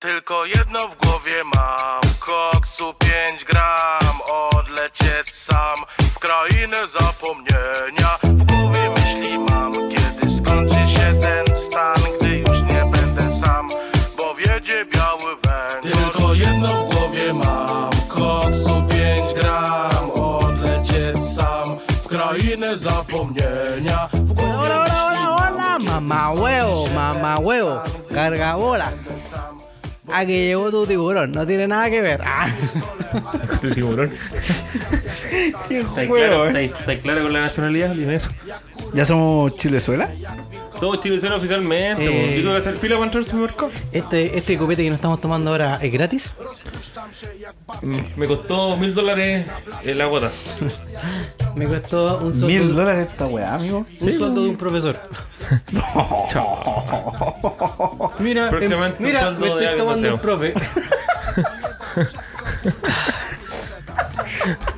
Tylko jedno w głowie mam Koksu 5 gram Odlecieć sam W krainę zapomnienia W głowie myśli mam Kiedy skończy się ten stan Gdy już nie będę sam Bo wiedzie biały węgiel Tylko jedno w głowie mam Koksu 5 gram Odlecieć sam W krainę zapomnienia W głowie Hola, hola, myśli hola, mam, hola, kiedy mamá skończy huevo, się mamá ten huevo, stan, gdy carga bola. będę sam. Aquí llegó tu tiburón, no tiene nada que ver. Ah. Tu tiburón. ¿Estáis claro, estáis- estáis claro con la nacionalidad? Dime eso. ¿Ya somos Chilezuela? Todo chilezuelo oficialmente. Eh. po. Yo tengo que hacer fila para entrar al supermercado. Este, este copete que nos estamos tomando ahora es gratis. Mm, Me costó mil dólares eh, la gota. Me costó un sueldo, Mil dólares esta weá, amigo. un sueldo de un profesor. Mira, Próximamente em, mira, un sueldo me de estoy tomando habitación. un profe.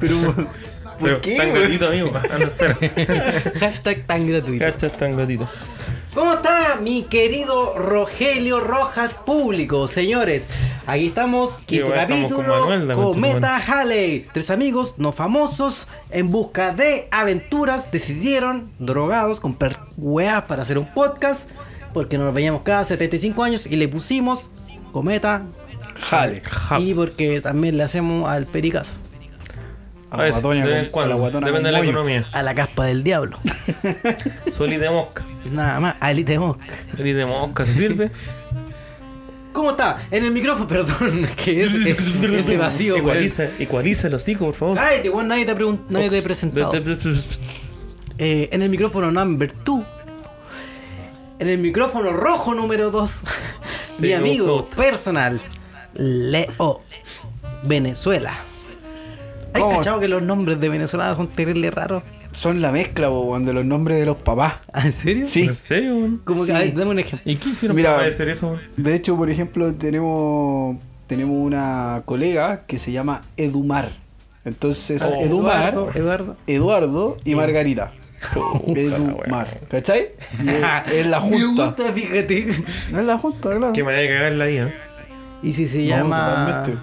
Pero, Pero ¿por qué? Tan weón? gratuito, amigo. Ah, no, espera. Hashtag tan gratuito. Cacha, tan gratuito. ¿Cómo está mi querido Rogelio Rojas Público? Señores, aquí estamos, quinto guay, estamos capítulo, con Manuel, la Cometa Halley. Tres amigos no famosos en busca de aventuras decidieron, drogados, comprar weas para hacer un podcast, porque nos veíamos cada 75 años y le pusimos Cometa Jale. y porque también le hacemos al pericazo, A la veces, de guatona vez en con- cuando. a la guatona Depende de la con moño. economía. a la caspa del diablo. Solís de mosca. Nada más, alite mosca. Solís de mosca, ¿se sirve? ¿Cómo está? En el micrófono, perdón, que es, es- ese vacío, weón. Ecualiza, ecualiza el hocico, por Ah, favor. Cállate, weón, nadie te ha, pregun- nadie te ha presentado. Pero Eh, en el micrófono number 2. En el micrófono rojo número 2. Mi Leo amigo Cot. personal, Leo Venezuela. ¿Hay ¿Cómo? cachado que los nombres de Venezuela son terrible raros? Son la mezcla, po, weón, de los nombres de los papás. ¿Ah, ¿En serio? Sí. ¿En serio? weón? Como que, Sí. a ver, dame un ejemplo. ¿Y qué hicieron Mira, para hacer eso? weón? De hecho, por ejemplo, tenemos tenemos una colega que se llama Edumar. Entonces, Oh. Edumar, Eduardo, Eduardo. Eduardo y Margarita. Edumar. ¿Cachai? Y es, es la Me junta. gusta, fíjate. Es la junta, claro. Qué manera de ¿eh? cagar la vida. Y si se No, llama. totalmente.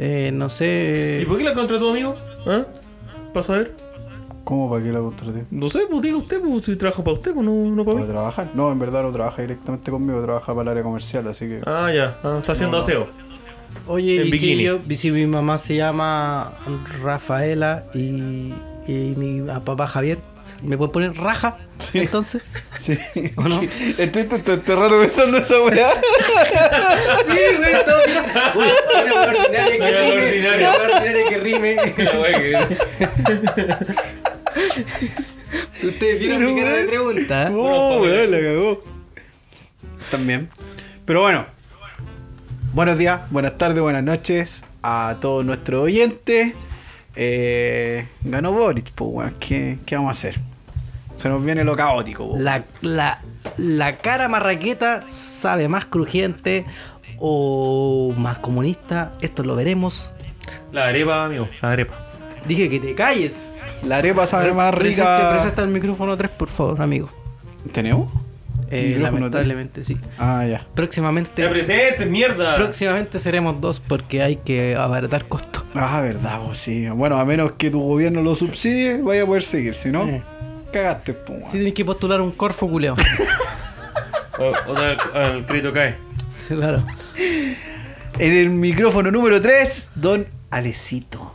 eh, no sé. ¿Y por qué la contrató, amigo? ¿Ah? ¿Para saber? ¿Cómo para qué la contraté? No sé, pues diga usted, pues si trabajo para usted, pues no, no para ¿Para mí. trabajar? No, en verdad no trabaja directamente conmigo, trabaja para el área comercial, así que. Ah, ya, ah, está haciendo aseo. Oye, En y si, bikini. yo- y si mi mamá se llama Rafaela y, y mi papá Javier, ¿me pueden poner raja? Sí. Entonces, Sí. ¿o no? Estoy todo este rato pensando esa weá. Sí, güey, todo pasa. Uy, una ordinaria Una ordinaria. ordinaria que rime. La wea que- Ustedes vieron Pero, mi cara de güey. pregunta. ¿eh? Oh, weón, la cagó. También. Pero bueno. Buenos días, buenas tardes, buenas noches a todos nuestros oyentes. Eh, ganó Boric, pues weón, ¿qué, qué vamos a hacer? Se nos viene lo caótico, po. La, la, la cara marraqueta sabe más crujiente o más comunista. Esto lo veremos. La arepa, amigo, la arepa. Dije que te calles. La arepa sabe más Presenta, rica. presenta el micrófono 3, por favor, amigo. ¿Tenemos? Eh, Micrófono, lamentablemente, sí. Ah, ya. ¡Te Próximamente, presentes, mierda! próximamente seremos dos porque hay que abaratar costos. Ah, verdad, pues sí. Bueno, a menos que tu gobierno lo subsidie, vaya a poder seguir. Si no, Eh. cagaste, pues. weón. Si tienes que postular un corfo culeo. O- Otra vez al crédito cae. Sí, claro. En el micrófono número 3, don Alecito.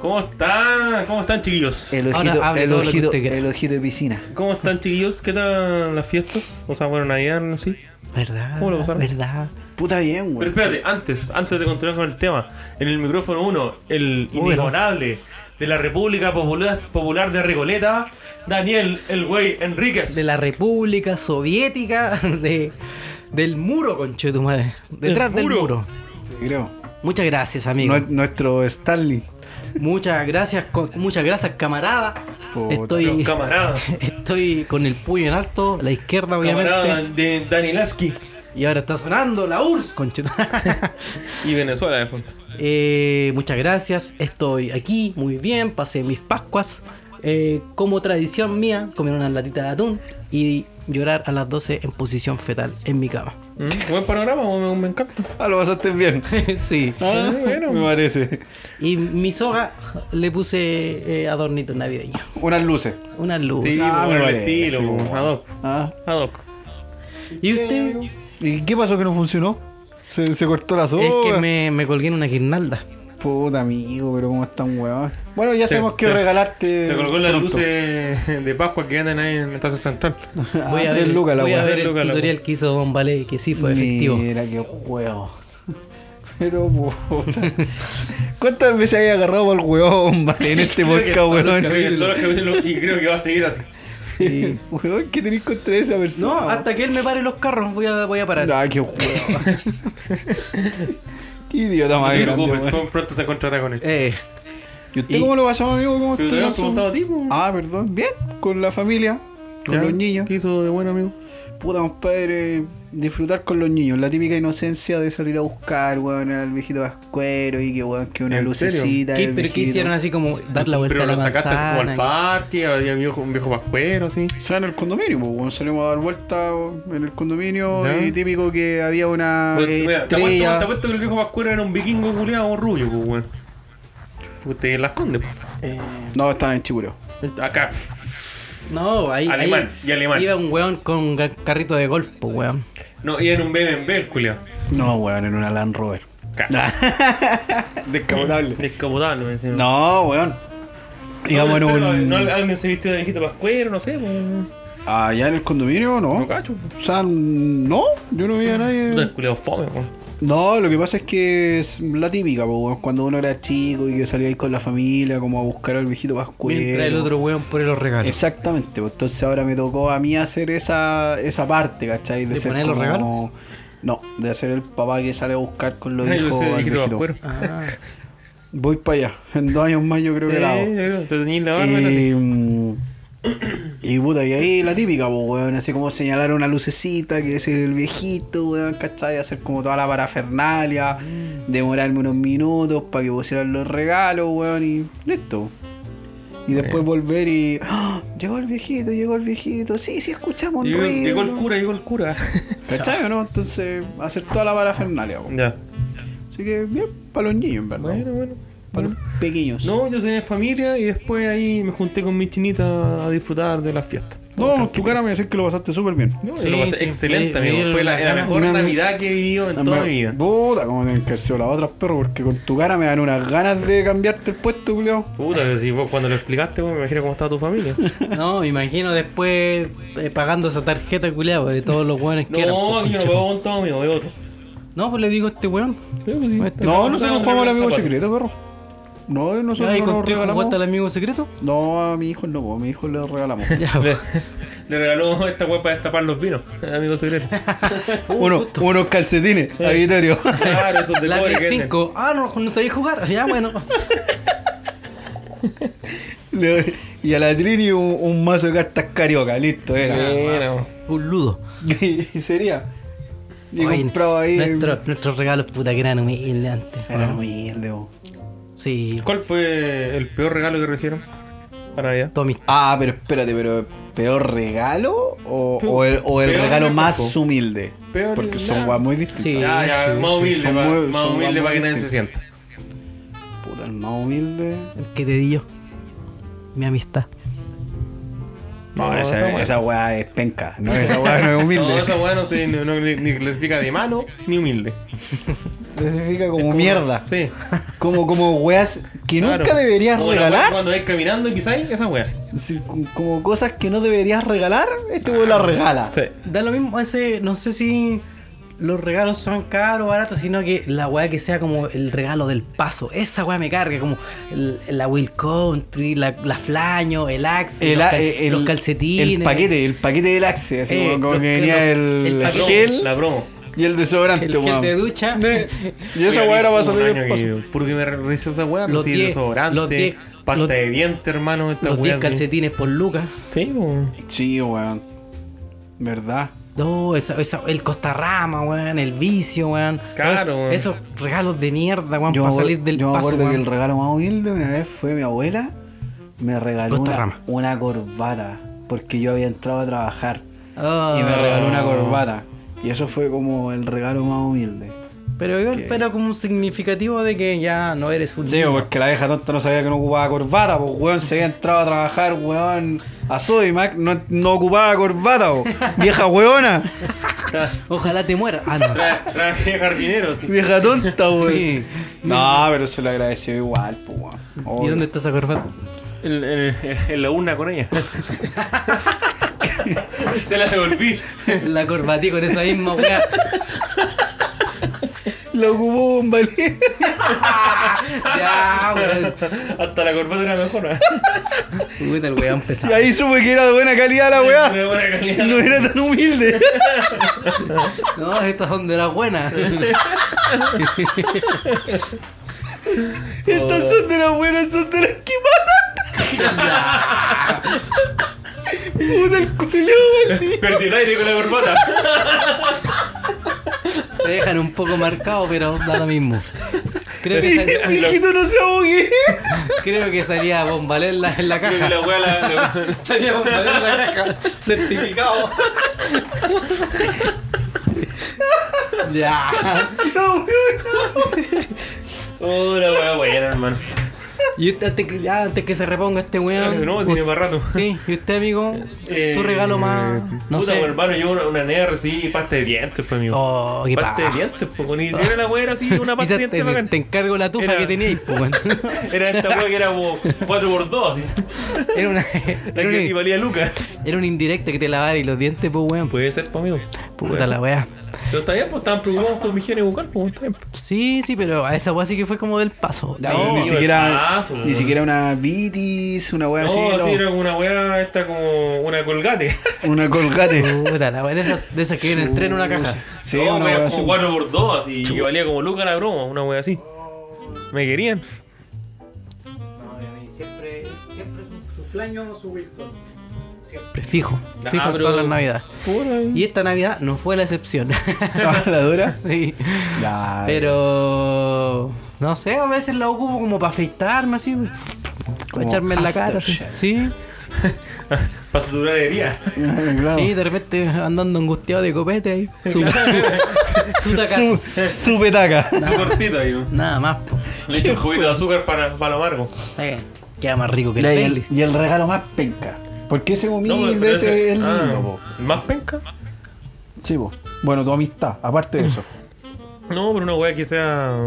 ¿Cómo están? ¿Cómo están, chiquillos? El Ahora ojito, hable el todo lo que ojito, usted quiera. el ojito de piscina. ¿Cómo están, chiquillos? ¿Qué tal las fiestas? O sea, bueno, Navidad, no sé. ¿Verdad? ¿Cómo lo pasaron? ¿Verdad? Puta bien, Pero güey. espérate, antes, antes de continuar con el tema, en el micrófono 1, el Uy, inigualable de la República Popular, Popular de Recoleta, Daniel el güey Enríquez. De la República Soviética, de, del muro, conche tu madre. Detrás del Del muro. muro. Creo. Muchas gracias, amigo. Nue- nuestro Stanley. Muchas gracias, co- muchas gracias, camarada. Puta. Pero, Estoy, camarada. estoy con el puño en alto, la izquierda, obviamente. Camarada de Danilaski Y ahora está sonando la URSS, conche tu madre. y Venezuela de fondo. Eh, muchas gracias, estoy aquí, muy bien, pasé mis Pascuas eh, como tradición mía, comer una latita de atún y llorar a las 12 en posición fetal en mi cama. Mm, Buen panorama, me, me encanta. Ah, lo pasaste bien. sí. Ah, bueno. me parece. Y mi soga le puse eh, adornitos navideños. Unas luces. Una luz. Sí, Ah, por me el parece, estilo, po. ad hoc. Ah. Ad hoc. ¿Y usted? ¿Y qué pasó que no funcionó? Se, se cortó la Oh. soga. Es que me, me colgué en una guirnalda. Puta amigo, pero cómo están huevón. Bueno, ya Se- sabemos que se- regalarte. Se colgó las pronto. luces de Pascua que andan ahí en la estación central. Ah, Voy a tres ver, lucas la voy a wea. weá. ver Tres el lucas la tutorial que hizo Don Ballet, que sí fue efectivo. Mira qué huevo. Pero puta. ¿Cuántas veces había agarrado al huevón, vale, en este Creo que podcast, todos los capítulos- todos huevón? los capítulos, Y creo que va a seguir así. Sí. Huevón, ¿qué tenés contra esa persona? No, hasta que él me pare los carros voy a, voy a parar. Ah, qué huevo. qué idiota No más te grande, preocupes, weón. pr- pronto se encontrará con él. Eh, ¿Y usted Y- cómo lo pasamos, amigo? ¿Cómo Pero te estuvo habían su- preguntado a ti, pues. po. Ah, perdón. Bien, con la familia, con Ya, los niños. ¿Qué hizo de bueno, amigo? Puta, compadre, disfrutar con los niños. La típica inocencia de salir a buscar, weón, al viejito vascuero y que, weón, que una ¿En lucecita. ¿qué- del ¿Pero qué viejito. hicieron así como dar la vuelta Pero a la lo sacaste así como al manzana? parque, había un viejo, un viejo pascuero, así. O sea, en el condominio, pues, weón, salimos a dar vueltas en el condominio Ya. y típico que había una Pues, eh, mira, Te apuesto- te estrella. apuesto que el viejo pascuero era un vikingo culiado rubio, pues, weón. Pues te las condes, pues. Eh, No, estaba en Chicureo. Acá. No, ahí, ahí Alemán, y alemán. iba un weón con un ga- carrito de golf, po, weón. No, iba en un BMW, el culiado. No, weón, en una Land Rover. Descapotable. Descapotable, me decían. Ah, No, weón. Íbamos en No, pero un. no, alguien se vistió de viejito pascuero, no sé, pues. No Allá en el condominio, no. cacho, pues. O sea, no, yo no vi a nadie. Puta, el culiado fome, pues. No, lo que pasa es que es la típica, po, weón, cuando uno era chico y que salía ahí con la familia, como a buscar al viejito pascuero. Mientras el otro weón pone los Ah, regalos. Exactamente, pues, entonces ahora me tocó a mí hacer esa, esa parte, ¿cachai? ¿De poner los regalos? No, de hacer el papá que sale a buscar con los Ay, Ah, yo hijos sé, al viejito viejito. pascuero. Ah, Voy para allá, en dos años más yo Eh, creo que la hago. Sí, yo creo, Te tenías la barba y la Y, mm, y puta, y ahí la típica, po, weón, así como señalar una lucecita, que es el viejito, weón, ¿cachai? Hacer como toda la parafernalia, demorarme unos minutos para que pusieran los regalos, weón, y listo. Y después volver y. ¡Ah! Llegó el viejito, llegó el viejito. Sí, sí, escuchamos un Llegó, ruido. llegó el cura, llegó el cura. ¿Cachai o no? Entonces, hacer toda la parafernalia, po. ya. Así que, bien, para los niños, en verdad. Bueno, bueno. para bueno. los pequeños. No, yo soy de familia y después ahí me junté con mi chinita a disfrutar de las fiestas. no tu cara me decís que lo pasaste súper bien. No, Sí, lo pasé sí. Me- excelente, me amigo. dieron Fue la, las la ganas. mejor Una- Navidad que he vivido en toda mi vida. Puta, como tienen que haber sido las otras perros, porque con tu cara me dan unas ganas de cambiarte el puesto, culiao. Puta, pero si vos cuando lo explicaste, vos me imagino cómo estaba tu familia. no, me imagino después eh, pagando esa tarjeta culiada de todos los weones que eran. po, no, yo no concha. pago con todo amigo, de otro. No, pues le digo a este weón. pues Este No, no sé cómo jugamos al amigo Zapato. secreto, perro. No, Ah, nosotros pues. ¿Y no nos contigo regalamos. jugaste al amigo secreto? No, a mi hijo no, po, a mi hijo le regalamos. Ya, po. Le regaló esta weá para destapar los vinos, amigo secreto. uh, Uno, unos Eh. calcetines, a Vitorio. Claro, esos de La cobre Play que venden. 5. Ah, no, no sabía jugar. Ya, bueno. Le- y a la Trini un, un mazo de cartas carioca, listo, era. Mira, Un ludo. y sería. Y Oye, compraba ahí. nuestro- nuestros regalos, puta, que eran humildes antes. Era humilde, po. Sí. ¿Cuál fue el peor regalo que recibieron para Navidad? Tommy. Ah, pero espérate, pero ¿peor regalo o, o el, o el Peor regalo mejor, más po. humilde? Peor Porque regalo. son guas muy distintas. Sí. Ya, Ah, ya, más sí, humilde, son pa- muy- más son humilde más para que nadie se humildes. sienta. Ah, Puta, el más humilde. El que te di yo. Mi amistad. No, No, esa, esa esa, weá- weá es penca. No, esa weá no es humilde. No, esa weá no, se, no, no- ni, ni clasifica de mano ni humilde. Clasifica como, mierda. Sí. Como, como weas que claro. nunca deberías Como la weá regalar. Cuando vais caminando y pisáis, esa weá. Sí, Como cosas que no deberías regalar, este weón la regala. Ah, Sí. Da lo mismo ese, no sé si los regalos son caros o baratos, sino que la weá que sea como el regalo del paso. Esa weá me carga, como el- la Will Country, la, la Flaño, el Axe, El, los, a- eh, cal- el- los calcetines. El paquete, el paquete del Axe. Así Eh, como- como los que que- venía los- el, La el promo, gel la promo. y el desodorante. El gel weón. de ducha. Y esa Oiga, weá era hubo para un salir año el paso. que Puro que me revisó esa weá, Los recibí diez- desodorante, los diez- pasta los- de diente, hermano, esta los 10 weá. calcetines por Lucas. Sí, weón. Sí, weón. ¿Verdad? No, esa, esa- el Costarrama, weón, el vicio, weón. Claro, Todos weón. Esos regalos de mierda, weón, Yo me para acuer- salir del yo me paso, acuerdo que weón. el regalo más humilde una vez fue mi abuela me regaló Costa una, Rama. una corbata porque yo había entrado a trabajar Oh. y me regaló una corbata. Y eso fue como el regalo más humilde. Pero igual Que- era como un significativo de que ya no eres un Sí, niño. porque la vieja tonta no sabía que no ocupaba corbata, pues weón, se había entrado a trabajar, weón, a Sodimac, no, no ocupaba corbata, po. vieja weona, Tra- Ojalá te muera. Ah, no. tra- Trabajé de jardinero, sí. vieja tonta, Sí. weón. No, pero se lo agradeció igual, pues weón. ¿Y Obvio. dónde está esa corbata? En, en- en la urna con ella. Se la devolví. La corbatí con esa misma weá. La ocupó un balín. ya, weón. Hasta la corbata era mejor. ¿eh? Puta, el weón Y pesado. ahí supe que era de buena calidad la weá. De buena calidad. No era tan humilde. No, estas son de las buenas. Estas Oh. son de las buenas, son de las que matan. Puta el culo, weón. Perdí el aire con la corbata. Te dejan un poco marcado, pero da lo mismo. Creo que, sal- Mi- mi Hijito, no se ahogue. creo que salía bombalé en la, en la Creo que caja. la wea la- la- Salía bombalé en la caja. Certificado. ya. No, weón. Oh, la wea buena, hermano. Y usted, antes que, ya, antes que se reponga este weón. Eh, No, tiene para rato. Sí, y usted, amigo, su Eh, regalo más. No puta, pues, sé. hermano, yo una, una nena recibí pasta de dientes, pues, amigo. Oh, qué pasta de paja. dientes, pues, ni siquiera la wea era así, una pasta Quizás de dientes te, bacán. te encargo la tufa Era- que teníais, pues, weón. Era esta wea que era como 4x2, así. Era una. La Era que una, y valía lucas. era una indirecta que te lavara y los dientes, pues, weón. Puede ser, pues, amigo. Puta la weá. Pero está bien, pues, estaban preocupados por mi higiene bucal, pues, está bien. Sí, sí, pero a esa weá sí que fue como del paso. No, ni el siquiera, paso, ni weón. siquiera una vitis, una wea No, así, así no. era como una wea esta como una colgate. una colgate. Puta la weá, de esas de esas que vienen en el tren en una caja. Sí, no, una wea wea así. como 4x2, así, que valía como lucas la broma, una wea así. Me querían. Siempre, siempre su flaño o su Wilton. Siempre fijo, Ah, fijo en pero- todas las navidades. Y esta navidad no fue la excepción. Ah, ¿La dura? sí. Ya. Pero no sé, a veces la ocupo como para afeitarme así, para Como echarme en la cara. así. aftershave. Sí, Para su duradería. Ah, Claro. sí, de repente andando angustiado de copete ahí. Su, su- su tacazo. Su, su petaca. Ah. Muy cortito ahí. Nada más. po. Le echo un juguito de azúcar para, para lo amargo. Eh, Queda más rico que el Ya, y, peli. el, y el regalo más penca. Porque ese humilde, pero ese es ah, lindo, po. ¿Más penca? Sí, po. Bueno, tu amistad, aparte de eso. No, pero una weá que sea.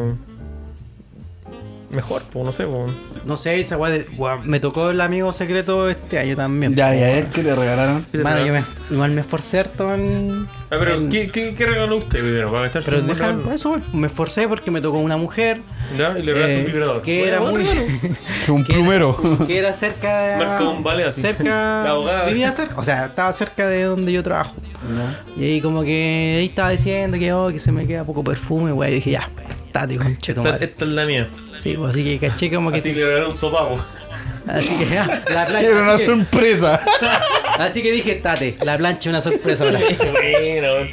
Mejor, pues no sé, pues. No sé, esa weá de- weá, me tocó el amigo secreto este año también. ya, y a él que le regalaron. Bueno, yo me, igual me esforcé harto en. Ah, pero en- ¿qué, qué, qué regaló usted primero? Para gastar pero su deja- regalo. eso, me esforcé porque me tocó una mujer. ¿Ya? Y le regalaste eh, un vibrador. que Bueno, era bueno, muy. bueno. Que un plumero. que era cerca de. Marca un vale así. Cerca. La abogada. Vivía cerca. O sea, estaba cerca de donde yo trabajo. Y ahí como que ahí estaba diciendo que oh, que se me queda poco perfume, wey. Y dije, ya, estate concheto Esta, esta es la mía. Sí, pues así que caché como que. Así que le regaló un sopapo. así que ya, la plancha. Era una así, que, sorpresa. así que dije, estate, la plancha es una sorpresa para mí. bueno, bueno.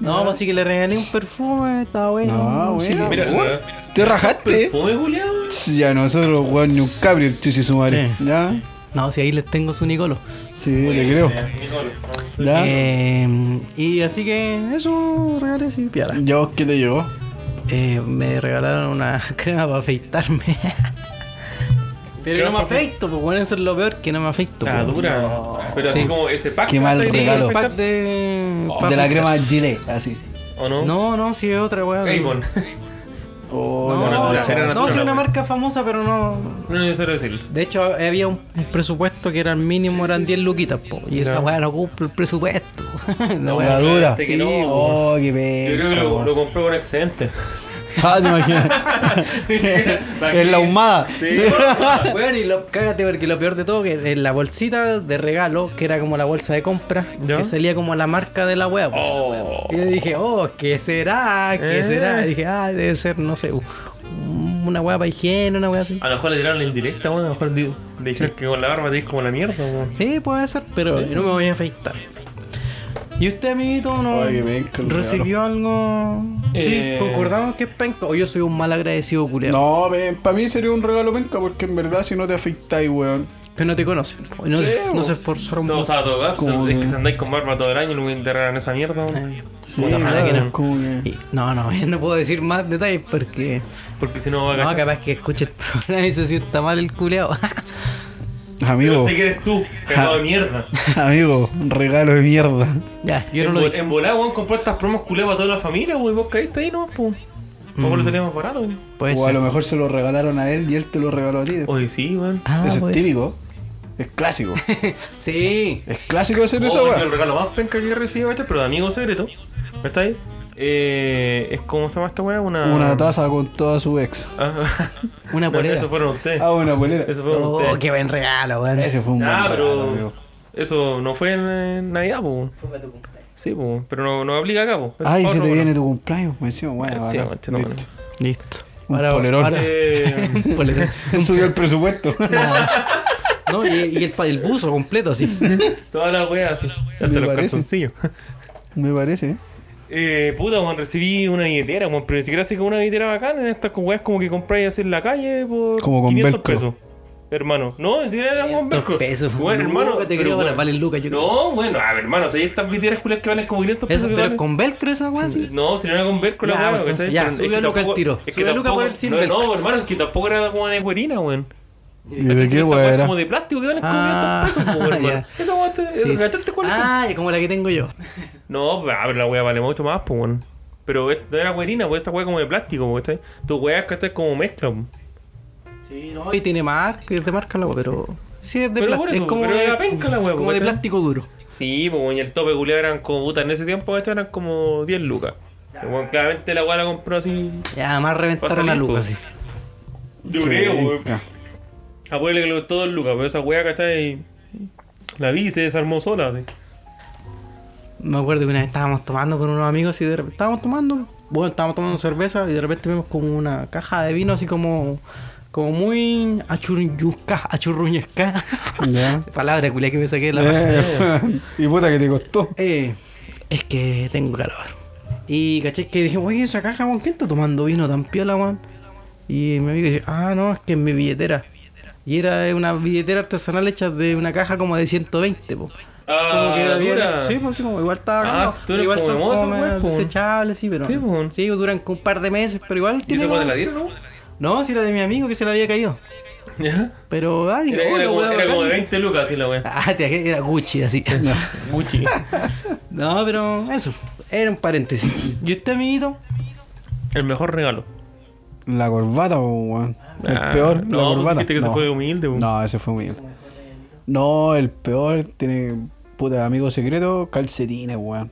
No, pues así que le regalé un perfume, estaba bueno. No, bueno. mira, weón. mira. Te rajaste. ¿Perfume, Julián? Ya nosotros, weón, ni un cabrio, el chuchi su madre. Sí. ¿Ya? No, si ahí les tengo su Nicolo. Sí, le creo. Ah, ¿Ya? Eh, y así que eso regalé sí, piara. ¿Ya vos qué te llegó? Eh, me regalaron una crema para afeitarme. Pero Crema no me pa' afeito, pues bueno, eso es lo peor, que no me afeito. Ah, po. dura. Pero así Sí. como ese pack. Qué mal ¿sí? regalo. Pack de... pa' de la afeitarse. crema Gillette, así. ¿O no? No, no, sí es otra weá. Avon. Oh, No, la no, weá. era natural, no, sí, weá. una marca famosa, pero no... No es necesario decirlo. De hecho, había un un presupuesto que era el mínimo, eran 10 luquitas, po. Y esa Ya. weá no cumple el presupuesto. No, La dura. Este Sí, que no, oh, qué Yo creo pena. que lo, lo compró con excedente. Ah, te imaginas. en la ahumada. Sí. Bueno, y lo, cágate porque lo peor de todo que en la bolsita de regalo, que era como la bolsa de compra, ¿Ya? que salía como la marca de la web. Oh. Y yo dije, oh, ¿qué será? ¿Qué Eh. será? Y dije, ah, debe ser, no sé, u- una wea para higiene, una wea así. A lo mejor le tiraron la indirecta, weón. A lo mejor di- le dijeron que con la barba te dis como la mierda, weón. Sí, puede ser, pero yo no me voy a afeitar. ¿Y usted, amiguito, no Ay, qué penca, el recibió algo? Sí, Eh. concordamos que es penca. O yo soy un mal agradecido, culiado. No, para mí sería un regalo penca porque en verdad si no te afectáis, weón. Que no te conocen. No, Sí, se- no bo. se esforzaron. Todo mucho. usaba todo gas. Como Es que- que se andáis con barba todo el año y no voy a enterrar en esa mierda. Sí, Puta madre, claro, que no. como que- Y- No, no, no puedo decir más detalles porque. Porque si no va a No, cachar. capaz que escuche el programa y se sienta mal el culeado. Amigo, Yo sé que eres tú, cagado de mierda. amigo, regalo de mierda. ya, yo no en, lo vol- dije. en volada, weón, compró estas promos culeas para toda la familia, weón. Vos caíste ahí, ¿no? Pues. ¿Cómo Mm. lo teníamos barato, weón? Puede o a ser. lo mejor se lo regalaron a él y él te lo regaló a ti. Oye, sí, weón. Ah, Eso es puede típico. Es clásico. ser. Sí. Es clásico hacer Oh, eso, yo weón. el regalo más penca que he recibido, este, pero de amigo secreto. ¿Me está ahí? Eh, es como se llama esta weá, una. Una taza con toda su ex. Ah, Una no, polera. Eso fueron ustedes. Ah, una bolera. Eso fueron Oh, ustedes. qué buen regalo, weón. Ese fue un buen Ah, regalo, pero. amigo. Eso no fue en, eh, Navidad, pues. Sí, pues. Pero no, no aplica acá, pues. Eso Ay, es se otro, te bueno. viene tu cumpleaños, me decían, bueno, Sí, bacán. concha, no, Listo. Listo. Un polerón. Eh, Un polerón. Subió el presupuesto. No, y, y el, pa- el buzo completo así. Todas las weas, así. Hasta Me los parece. calzoncillos. Me parece. ¿eh? Eh, puta, weón, recibí una billetera, weón, pero ni siquiera así como una billetera bacana en estas weas como que compráis así en la calle por Como con 500 velcro. pesos. Hermano, no, ni siquiera era con 500 velcro. pesos. Bueno, hermano, Nunca te pero, creo, weón, bueno, valen lucas, yo No, bueno, a ver, hermano, si hay estas billeteras culias que valen como 500 pesos. Eso, que pero valen- con velcro esa weón. sí. No, si no era con velcro Ya, pues, la wea, entonces, ¿cachai? ya, Pero es sube que a Luca el tampoco- tiro. Es que Sube a Luca tampoco- por el sin no, velcro. No, hermano, es que tampoco era como de cuerina, weón. ¿Y de qué, Estas weón? weas era? este Como de plástico que valen como Ah, 500 pesos, po, ya. hermano. Esa wea, te- Sí, sí. ¿cachaste cuáles son? Ah, como la que tengo yo. No, pues, a ver, la wea vale mucho más, pues, weón. Pero esta no era guerina, pues esta wea como de plástico, pues, ¿cachai? Tu wea que esta es como mezcla, pues. po. Sí, no, y tiene marca, te marca la weón, pero. Sí, es de Pero plástico. por Es eso, como pero de, era penca la weá, como de ¿cachai? plástico duro. Sí, pues, weón, y el tope culiao eran como puta. En ese tiempo, estas eran como 10 lucas. Pero, weón, claramente la wea la compró así. Ya, más reventar Pasa una limpio. luca, sí. Yo Venga. Apuérdale que le costó 2 lucas, pero esa wea, ¿cachai? La vi y se desarmó sola, así. Me acuerdo que una vez estábamos tomando con unos amigos y de repente estábamos tomando, bueno, estábamos tomando cerveza y de repente vimos como una caja de vino así como, como muy achurruñesca, achurruñesca. Ya. Palabra culia que me saqué de la Eh, y puta que te costó. Eh, es que tengo calor. Y caché que dije, oye, esa caja, weón, ¿quién está tomando vino tan piola, weón? Y mi amigo dice, ah, no, es que es mi billetera. Y era una billetera artesanal hecha de una caja como de 120, po. Ah, como que la dura. Sí, pues sí, como igual estaba Ah, hablando. si tú eres igual como son mimosa, como weón, po. desechables, sí, pero. Sí, po. sí, pues, duran como un par de meses, pero igual ¿Y tiene. esa wea te como- la dieron, no? No, si era de mi amigo que se le había caído. Ya. Pero, ah, dije, Era, oh, era la como, weá era como de bacán. 20 lucas, así la wea. Ah, te- era Gucci, así. Gucci. No, pero eso, era un paréntesis. ¿Y usted, amiguito? El mejor regalo. La corbata, po, weón. El Ah, peor, no, la pues corbata. dijiste que se no. fue humilde, po. No, ese fue muy bien. No, el peor tiene, puta, amigo secreto, calcetines, weón.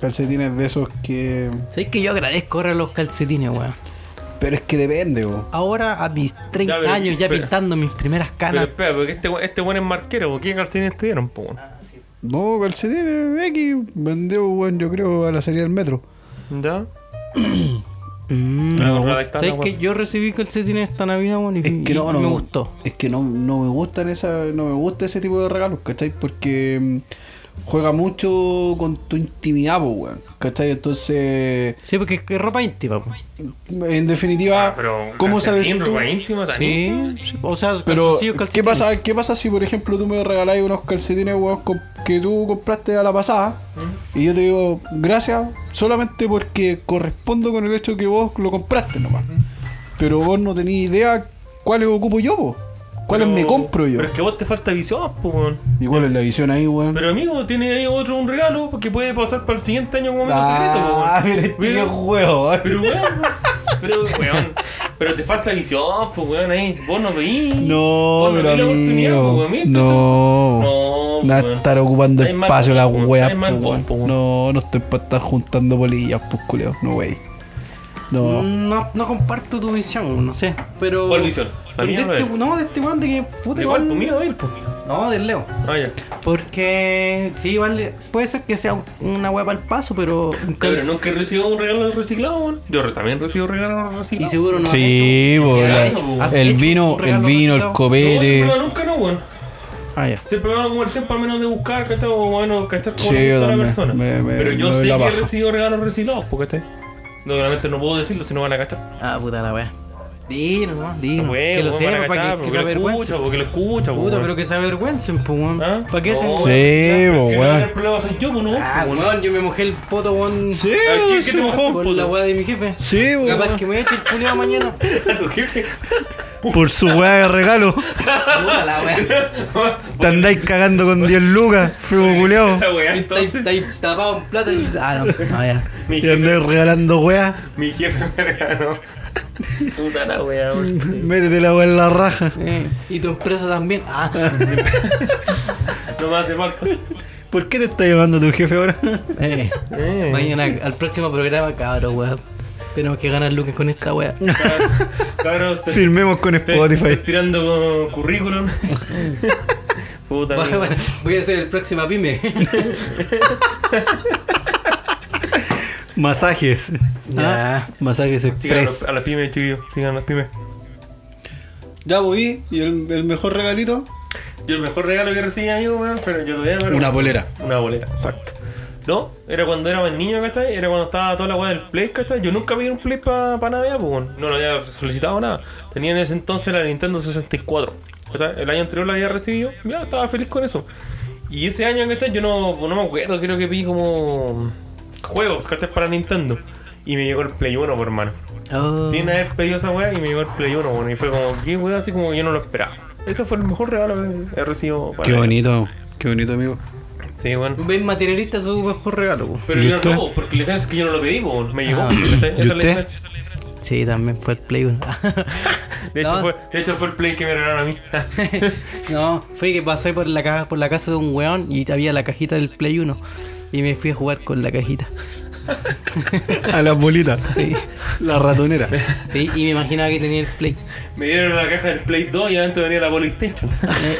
Calcetines de esos que... Sabéis que yo agradezco ahora los calcetines, weón. Pero es que depende, weón. Ahora a mis 30 Ya, pero, años ya espera. pintando mis primeras Pero canas. espera, porque este, we- este buen es marquero, ¿por ¿qué calcetines te dieron, po? weón? No, calcetines X vendió, weón, yo creo, a la salida del metro. ¿Ya? Mm. Pero ahora está ¿Sabéis la que weá. yo recibí calcetines esta Navidad, weón? Y, Es que y no, no me gustó. Es que no, no me gustan esa, no me gusta ese tipo de regalos, ¿cachai? Porque mm, juega mucho con tu intimidad, po, weón. ¿Cachai? Entonces, Sí, porque es que es ropa íntima, pues. en definitiva, Ah, pero ¿cómo sabes calcetín, tú? ropa íntima, tan íntima. Sí, sí, o sea, Pero, calzoncillos, ¿qué calcetines. pasa, ¿qué pasa si, por ejemplo, tú me regaláis unos calcetines, weón, com- que tú compraste a la pasada? Y yo te digo, gracias, solamente porque correspondo con el hecho que vos lo compraste nomás. Pero vos no tenías idea cuáles ocupo yo, po. ¿Cuáles Pero- me compro yo? Pero es que a vos te falta visión, po, weón. ¿Y cuál es la visión ahí, weón? Pero amigo, tiene ahí otro un regalo que puede pasar para el siguiente año como menos ah, secreto, po, mira, este weón. juego, weón. Pero, pero weón, pero weón, pero te falta visión, po, weón, ahí. Vos no veís. No, Vos pero veís la oportunidad, po, amigo. pues, weón. Mira, No. No, No weón. estar ocupando Estáis mal, espacio la po, weón. wea, Estáis mal, po, weón. po, weón. No, no estoy para estar juntando bolillas, pues culeo. No, wey. No. No, no comparto tu visión, no sé. Pero. ¿Cuál visión? La Pero mía, de este- weón. no, de este weón de que puta Da Igual, weón- pues mío, él, pues. No, del Leo. Ah, ya. Porque sí, igual puede ser que sea un- una hueá al paso, pero. un Pero cal- nunca he recibido un regalo reciclado, weón. Yo re- también recibo regalos Y reciclados. seguro no. Sí, has po, hecho- la- has hecho el un vino, el regalo vino, el reciclado. No, copete. no, nunca no, weón. Ah, ya. Siempre me hago como el tiempo al menos de buscar, ¿cachai? O bueno, ¿cachai? Como Sí, una yo persona a también. persona. Me- me- Pero yo me doy sé la que he baja. recibido regalos reciclados, pues, ¿cachai? No, Obviamente no puedo decirlo si no van a cachar. Ah, puta la wea. Dino, nomás, dino. No puedo, que lo pues, van a sepa, para cachar, que, que porque se lo avergüencen. escucha, porque lo escucha, pues, Puta, weón. pero que se avergüencen, pues, weón. ¿Ah? ¿Para qué No, hacen? weón, Sí, ya, pues, que weón. El problema soy yo, pues, no. Ah, weón, yo me mojé el poto, weón. Sí, Ah, ¿quién- quién te mojó? Con la weá de mi jefe. Sí, weón. Capaz que me eche el culiao mañana. A tu jefe. Por su weá de regalo. Puta la weá. Te andáis cagando con 10 lucas, fuego culeado. Esa weá, entonces. Está ahí tapado en plata y. Ah, no, no, ya. Mi Y jefe, andáis regalando weá. mi jefe me regaló. Puta la weá, weón. Sí. Métete la weá en la raja. Eh, y tu empresa también. Ah, No me hace falta. ¿Por qué te está llamando tu jefe ahora? eh. Mañana al próximo programa, cabrón, weón. Tenemos que ganar lucas con esta weá. Cabrón, te- Firmemos con te- te Spotify. estoy tirando con currículum. Puta mierda. Voy a ser el próximo pyme. Masajes. Ya. Ah, Masajes Sigan a express. los- a las pymes, chiquillos. Sigan a las pymes. Ya voy, y el, el mejor regalito. Yo el mejor regalo que recibí amigo, weón, pero yo todavía me Una polera. Una bolera. Exacto. No, era cuando era más niño, ¿cachai? Era cuando estaba toda la weá del Play, ¿cachai? Yo nunca pedí un Play para pa Navidad, pues, weón. no lo había solicitado nada. Tenía en ese entonces la Nintendo 64, ¿cachai? El año anterior la había recibido, ya estaba feliz con eso. Y ese año, ¿cachai? Yo no, no me acuerdo, creo que pedí como juegos, ¿cachai? Para Nintendo. Y me llegó el Play 1, por hermano. Oh. Sin haber pedido esa weá y me llegó el Play 1, bueno, y fue como, qué weá, así como que yo no lo esperaba. Ese fue el mejor regalo que he recibido para Qué Navidad. bonito, qué bonito, amigo. Sí, bueno. ¿Ves materialista su mejor regalo? po. Pero ¿Y yo usted? no, porque la diferencia es que yo no lo pedí, po, me llegó. Ah. Esa es la usted? diferencia. Sí, también fue el Play 1. De hecho, No. fue, de hecho, fue el play que me regalaron a mí. no, fue que pasé por la, ca- por la casa de un weón y había la cajita del Play 1. Y me fui a jugar con la cajita. A las bolitas. Sí, La ratonera. sí y me imaginaba que tenía el Play. me dieron la caja del Play 2 y adentro venía la PlayStation. Eh,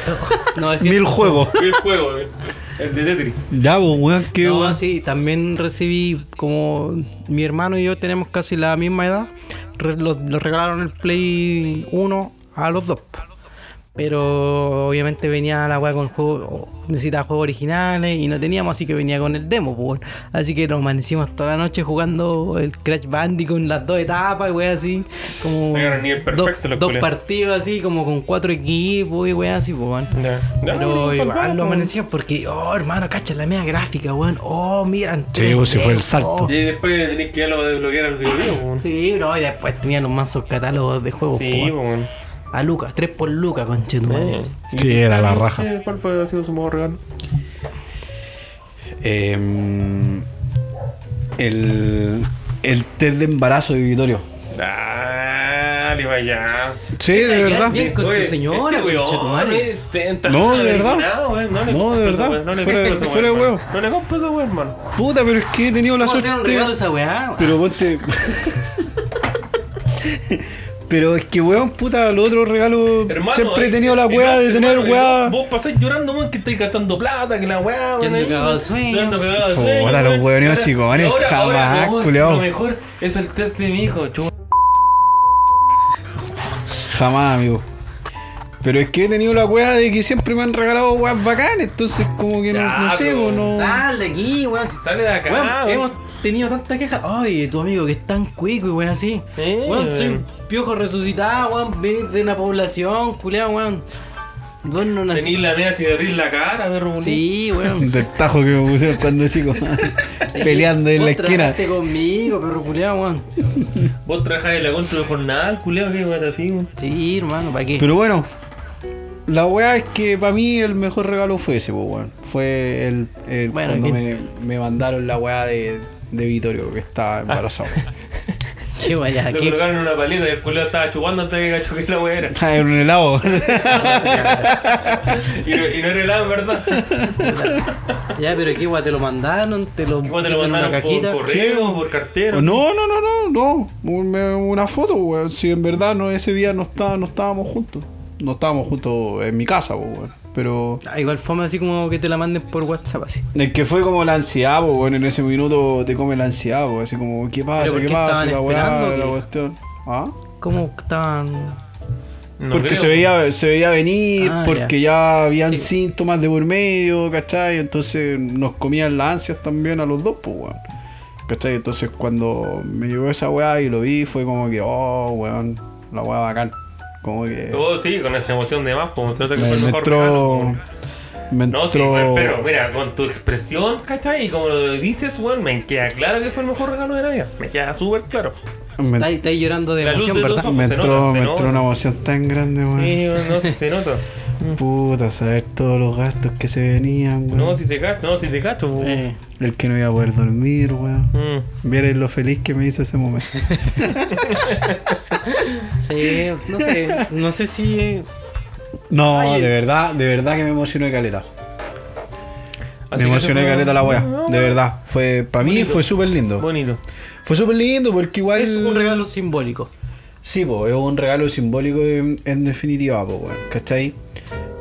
oh, no, es Mil cierto. juegos. Y el juego, eh, el de Tetris. Ya, pues, weón, qué No, weón. sí, también recibí, como mi hermano y yo tenemos casi la misma edad, re- lo- nos regalaron el Play 1 a los dos. po. Pero obviamente venía la weá con juego, necesitaba juegos originales y no teníamos, así que venía con el demo, po, weón. Así que nos amanecimos toda la noche jugando el Crash Bandicoot en las dos etapas, weá, así. Como Sacaron nivel perfecto, dos, los dos culiados. partidos así, como con cuatro equipos y weá, así, po, weón. Pero igual lo amaneció porque, oh hermano, cacha la media gráfica, weón. Oh, mira, en Sí, pues, sí 3D, fue el salto. oh. Y después tenés que ya lo desbloquear al video, po. Sí, bro, y después tenían los mazos catálogos de juegos, Sí, po, po, weón. weón. A Lucas, 3 por Lucas, conchetumadre. Sí, era la raja. Eh, ¿Cuál fue ha sido su mejor regalo? Em, el, el test de embarazo de Vitorio. Dale, vaya. Sí, de verdad. verdad. Bien con tu señora, este concha tu madre. eh, te- te- No, te- de verdad. nada, güey, No, le No, compro de esa verdad. güey, No le Fuera de- compro esa fuera de güey, huevo. hermano. No le compro esa güey, hermano. Puta, pero es que he tenido la ¿Cómo hacer un regalo a suerte. esa weá? weón? Pero ponte. pero es que, weón, puta, los otros regalos. Hermano, siempre eh, he tenido la eh, weá de hermano, tener eh, weá. Vos pasás llorando, weón, que estáis gastando plata, que la weá, Que weón. ando ahí, cagado de sueño. que ando cagado de Puta, sueño, los weón. hueones Ahora- hocicones, ahora- ahora, jamás, no, culiao. Lo mejor es el test de mi hijo, chu- Jamás, amigo. Pero es que he tenido la weá de que siempre me han regalado weas bacanes. Entonces, como que no, Ya, no sé, pero- pues, no. Sal de aquí, weón. Sale de acá, Weón, weón. Hemos tenido tantas quejas. Ay, tu amigo que es tan cuico y weón así. Eh, weón, soy weón. un piojo resucitado, weón. Venís de una población, culiao, weón. Weón no nací. Tenís la media cigarril la cara, perro, bonito. Sí, weón. Del tajo que me pusieron cuando chico. Peleando en Vos la esquina. trabajaste conmigo, perro culiao, weón. Vos trabajáis en la contra del jornal, culiao, que weón así, weón. Sí, hermano, ¿para qué? Pero bueno, la weá es que para mí el mejor regalo fue ese, pues, weón. Fue el, el- Bueno, cuando ¿qué? me, me mandaron la weá de, de Vitorio, que estaba embarazado. qué vaya, Lo qué. colocaron en una paleta y el culiao estaba chupando antes de que cacho que la weá era. Estaba en un helado. Y no, y no era helado, en verdad. Ya, pero qué guay, te lo mandaron, te lo Igual te lo pusieron en mandaron por correo, por cartero. no, no, no, no, no. Un- me- Una foto, weón. Si en verdad no, ese día no, está, no estábamos juntos. No estábamos juntos en mi casa, pues, weón. Pero Ah, igual fome así como que te la manden por WhatsApp así. el que fue como la ansiedad, pues, weón. En ese minuto te come la ansiedad, pues. Así como, ¿qué pasa? por ¿Qué qué pasa? estaban La weá, esperando la que- cuestión. ¿Ah? ¿Cómo estaban? No porque creo, se veía, se veía venir, Ah, porque ya, habían Sí. síntomas de por medio, ¿cachai? Entonces nos comían las ansias también a los dos, pues, weón. ¿Cachai? Entonces cuando me llegó esa weá y lo vi, fue como que, oh, weón, la weá bacán. Como que. Oh, sí, con esa emoción de más, pues se nota que fue el Me mejor regalo, entró. weón. Me No, sí, entró- weón, pero mira, con tu expresión, ¿cachai? Y como lo dices, weón, me queda claro que fue el mejor regalo de Navidad. Me queda súper claro. me- Está, está ahí llorando de La luz emoción, de los ¿verdad? ojos. me se entró, nota, me se entró nota. una emoción tan grande, Sí, weón. weón, no, si se nota. Puta, saber todos los gastos que se venían, weón. No, si te gasto, no, si te gasto. weón. Eh, El que no iba a poder dormir, weón. Mm. Vieron lo feliz que me hizo ese momento. sí, no sé, no sé si... eh, No, Ay, de verdad, de verdad que me emocioné caleta. Así me que emocioné eso fue- caleta la weá. No, De verdad. Fue, para mí Bonito. fue súper lindo. Bonito. Fue súper lindo porque igual. Es un regalo simbólico. Sí, po, es un regalo simbólico en, en definitiva, po, weón. ¿Cachai?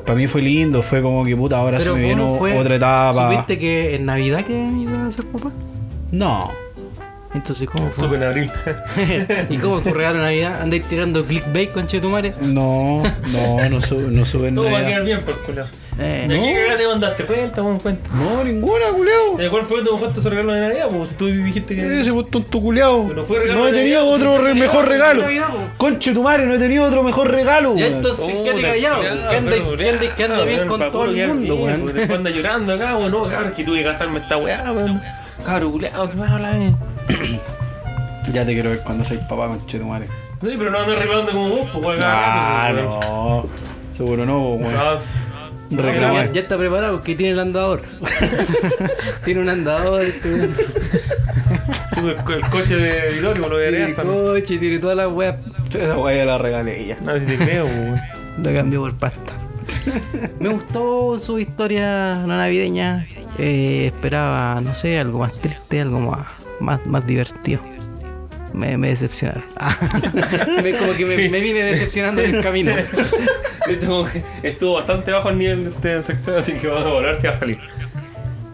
Para mí fue lindo, fue como que puta, ahora se me ¿cómo viene fue? otra etapa. ¿Supiste que en Navidad que iba a ser papá? No. Entonces, ¿cómo fue? Supe en abril. ¿Y cómo tu regalo de Navidad? ¿Andáis tirando clickbait con Chetumare? No, no, no, sube, no sube Todo va a nada. quedar bien, por culo. Eh, ¿Y a qué cagada te mandaste? Cuenta, weón, cuenta. No, ninguna, culeo. ¿Y ¿Cuál fue tu mejor regalo de Navidad? Pues tú dijiste que. Ese fue tonto culeado. Pero fue regalo No he de tenido Navidad, otro pues, re- sí, mejor sí, regalo. Navidad, po. Conche tu madre, no he tenido otro mejor regalo. Ya weón. entonces, Oh, quédate la callado. cagada, Que andáis pero, que andáis ah, quedando bien weón, con para todo puro el quedar mundo, bien, weón. porque Después anda llorando acá, weón. No, cabrón, que tuve que gastarme esta weá, weón. Cabrón, culeado, que me hablan. eh. Ya te quiero ver cuando seas papá, conche tu madre. No, pero no ando arreglando como vos, pues, weón. Ah, cabrón, weón. no. Seguro no, po, weón. Ah, Reclamar. Ya, ya está preparado porque tiene el andador. tiene un andador, este, weón. tuve el, co- el coche de Vitorio, lo voy a tiene agregar también. coche, tiene todas las weas. Esa weá ya la regalé ya. No, si te creo, pues, weón. Lo cambió por pasta. Me gustó su historia no navideña. Eh, esperaba, no sé, algo más triste, algo más, más, más divertido. Me, me decepcionaron. Ah, me- como que me, me vine decepcionando en el camino. De hecho, como que estuvo bastante bajo el nivel de este sección, así que vamos a volar si va a salir.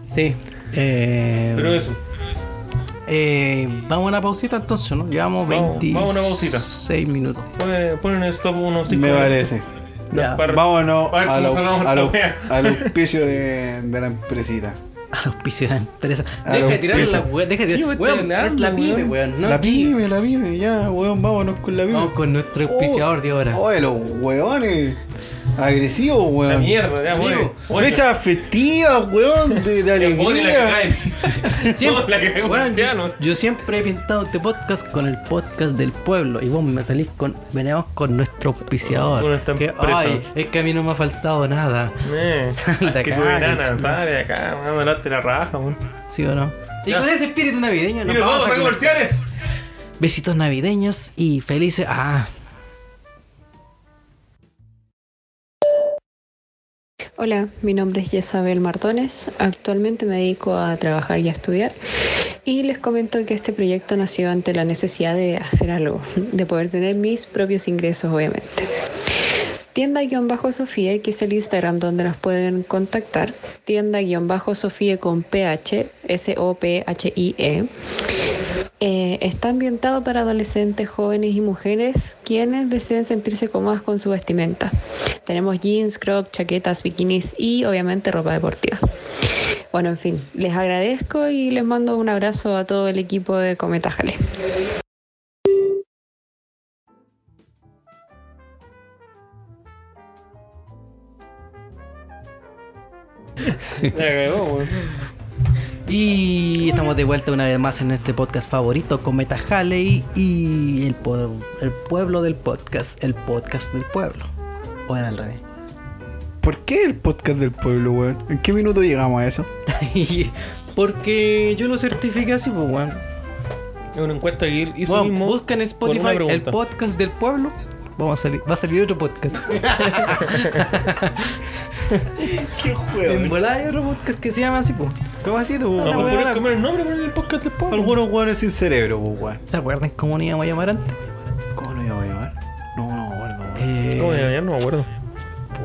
Sí. eh, Pero eso, eh, vamos a una pausita entonces, ¿no? Llevamos Vamos- 26 vamos a una pausita. minutos. pone- ponen en stop unos 5 Me parece. Ya. Para- Vámonos A ver a cómo lo- salvamos a la lo- wea. al auspicio de, de la empresita. A los pisos de la empresa. A Deja los de tirar pisos. la weón. Deja de Sí, tirar. weón, Weón, es estoy la hablando, pyme, weón. weón. No la aquí. pyme, la pyme, ya, weón, vámonos con la pyme. Vamos con Oh, nuestro auspiciador de ahora. Oye, los weones. Agresivos, La weón. mierda, ya, weón. Amigo, Oye, Fecha festiva, weón, de, de el weón y la que alegría. cae. No, la que cae Bueno, Marciano. yo, yo siempre he pintado este podcast con el podcast del pueblo y vos me salís con venimos con nuestro Con auspiciador esta que, empresa. ay, es que a mí no me ha faltado nada Eh, Sal de que acá, tu que- enana, sale de acá, me van a darte la raja, weón. ¿sí o no? y Ya. con ese espíritu navideño Y nos nos vamos a comer. comerciales. besitos navideños y felices ah Hola, mi nombre es Jezabel Martones. Actualmente me dedico a trabajar y a estudiar. Y les comento que este proyecto nació ante la necesidad de hacer algo, de poder tener mis propios ingresos, obviamente. Tienda-Sofía, que es el Instagram donde nos pueden contactar. Tienda-Sofía con PH, S-O-P-H-I-E. E. Eh, está ambientado para adolescentes, jóvenes y mujeres quienes deseen sentirse cómodas con su vestimenta. Tenemos jeans, crocs, chaquetas, bikinis y obviamente ropa deportiva. Bueno, en fin, les agradezco y les mando un abrazo a todo el equipo de Cometa Jale. La cagó, weón. y estamos de vuelta una vez más en este podcast favorito Cometa Halley y el, po- el pueblo del podcast el podcast del pueblo o era al revés ¿Por qué el podcast del pueblo, weón? ¿En qué minuto llegamos a eso? Porque yo lo certifiqué así, pues, weón. Es una encuesta que él hizo Weón, mismo. busca en con una Spotify el pregunta. podcast del pueblo. Vamos a salir, va a salir otro podcast. ¿Qué en volada hay otro podcast que se llama así, pues. ¿Cómo así, tú, No, la pues, weá, poner la- comer el nombre, poner el podcast del pueblo. Algunos weones sin cerebro, pues, weón. ¿Se acuerdan cómo nos íbamos a llamar antes? ¿Cómo lo íbamos a llamar? No, no me acuerdo, weón. Eh, ¿Cómo se llama? Ya No me acuerdo.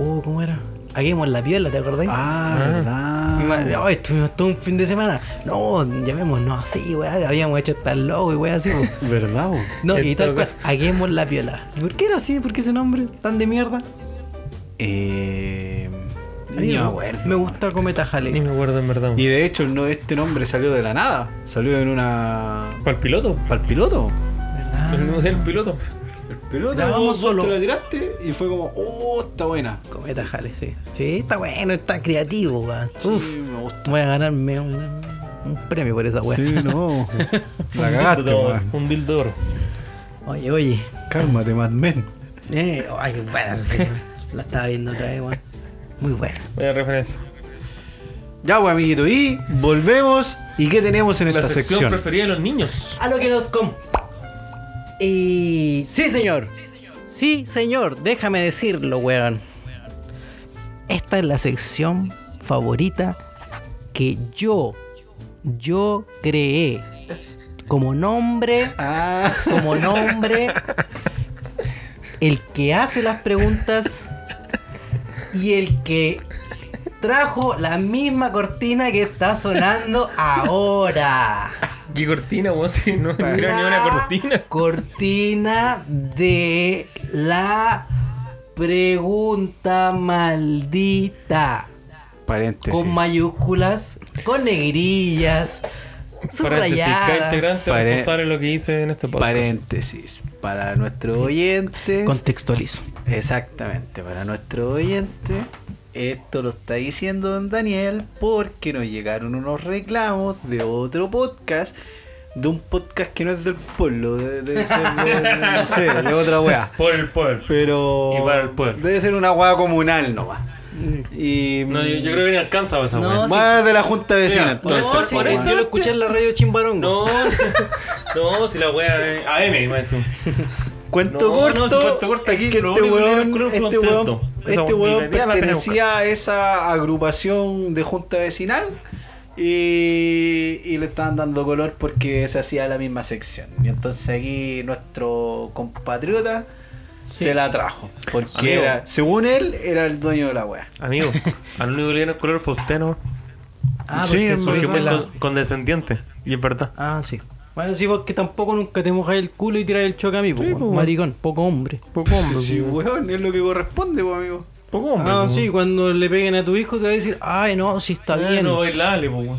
oh, ¿Cómo era? Hagamos la piola, ¿te acordáis? Ah, verdad. Mi madre, "Ay, estuvimos todo un fin de semana. No, llamémonos así, weá. Habíamos hecho tan loco y weá así, weá. ¿Verdad, vos? No, En y tal todo cual, caso. haguemos la piola. ¿Y por qué era así? ¿Por qué ese nombre tan de mierda? Eh, A mí ni me me- acuerdo. Me gusta Cometa Ni Jale. me acuerdo en verdad. Y de hecho, no, este nombre salió de la nada. Salió en una. ¿Para el piloto? ¿Para el piloto? Ah. El nombre del piloto. El piloto. La vamos vos- vos solo. Te la tiraste y fue como, oh, está buena. Cometa Jale, sí. Sí, está bueno, está creativo, weá. Uf, Sí, me gusta. voy a ganarme un, un premio por esa weá. no. la Un dildo cagaste, de oro, weón. Un dildo de oro. Oye, oye. Cálmate, Mad Men. Eh, ay, qué buena esa serie, weá. La estaba viendo otra vez, weá. Muy buena. Buena referencia. Ya, pues, amiguito. Y volvemos. ¿Y qué tenemos en La esta sección, sección? preferida de los niños. A lo que nos com... Y... Sí, señor. Sí, señor. Déjame decirlo, weón. Esta es la sección favorita que yo, yo creé como nombre, Ah, como nombre, el que hace las preguntas y el que trajo la misma cortina que está sonando ahora. ¿Qué cortina, weón? Si no no creo ni una La cortina. cortina de la pregunta maldita. paréntesis. Con mayúsculas, con negrillas, Paréntesis, cada subrayadas. integrante Pare- responsable de lo que hice en este podcast. Paréntesis. Para nuestros oyentes. Contextualizo. Exactamente, para nuestro oyente, esto lo está diciendo don Daniel porque nos llegaron unos reclamos de otro podcast, de un podcast que no es del pueblo, de- debe ser de, no sé, de otra weá. Por el pueblo. Pero Y para el pueblo. debe ser una weá comunal nomás. Y No, yo, yo creo que ni alcanza esa No, weón. sí. más de la junta vecina. Mira, entonces, no, sí, pues, por weón. Yo lo esto- escuché en la radio Chimbarón. No, no, si la wea es AM, más eso. Cuento No, corto. no, si cuento corto aquí, es que lo este único que tiene el weón, club fue un este texto. weón- Esa este weón vulnerabilidad la tenemos. pertenecía a esa agrupación de junta vecinal y, y le estaban dando color porque se hacía la misma sección. Y entonces aquí nuestro compatriota se la trajo. Porque Amigo. era, según él, era el dueño de la wea. Amigo, al único que le dieron el color fue a usted, ¿no? Ah, Sí, porque en soy Porque verdad. fue la- con- condescendiente. Y es verdad. Ah, sí. Bueno, sí, porque tampoco nunca te mojas el culo y tiras el choque a mí, po, Sí, po. maricón, poco hombre. Poco hombre. Sí, weón, es lo que corresponde, pues, amigo. Poco hombre. pues. Ah, po. sí, cuando le peguen a tu hijo te va a decir, ay, no, sí está Eh, bien. No bailale, po, weón.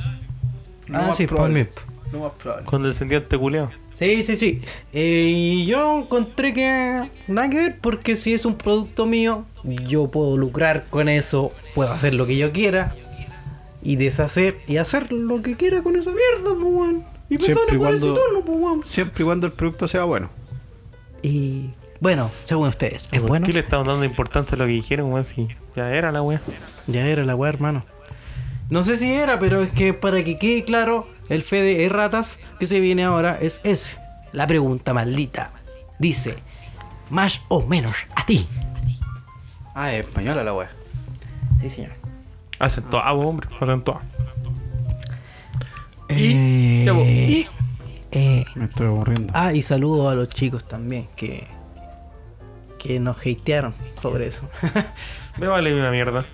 Lo Ah, más sí, probable. pa' Lo más probable. Condescendiente culeado. Sí, sí, sí. Eh, y yo encontré que nada que ver porque si es un producto mío, yo puedo lucrar con eso, puedo hacer lo que yo quiera y deshacer y hacer lo que quiera con esa mierda, pues, weón. Y Siempre perdona y por ese cuando- tono, pues, weón. Siempre y cuando el producto sea bueno. Y bueno, según ustedes, es ¿Por bueno. qué le estaban dando importancia a lo que dijeron, weón? Si ya era la wea. Ya era la weá, hermano. No sé si era, pero es que para que quede claro, el fe de erratas que se viene ahora es ese. La pregunta maldita. Dice, más o menos a ti. Ah, es española la wea. Sí, señor. Acentuado, hombre. Acentuado. Y, ya, po. eh, eh, Me estoy aburriendo. ah, y saludo a los chicos también que que nos hatearon sobre eso. Me vale una mierda.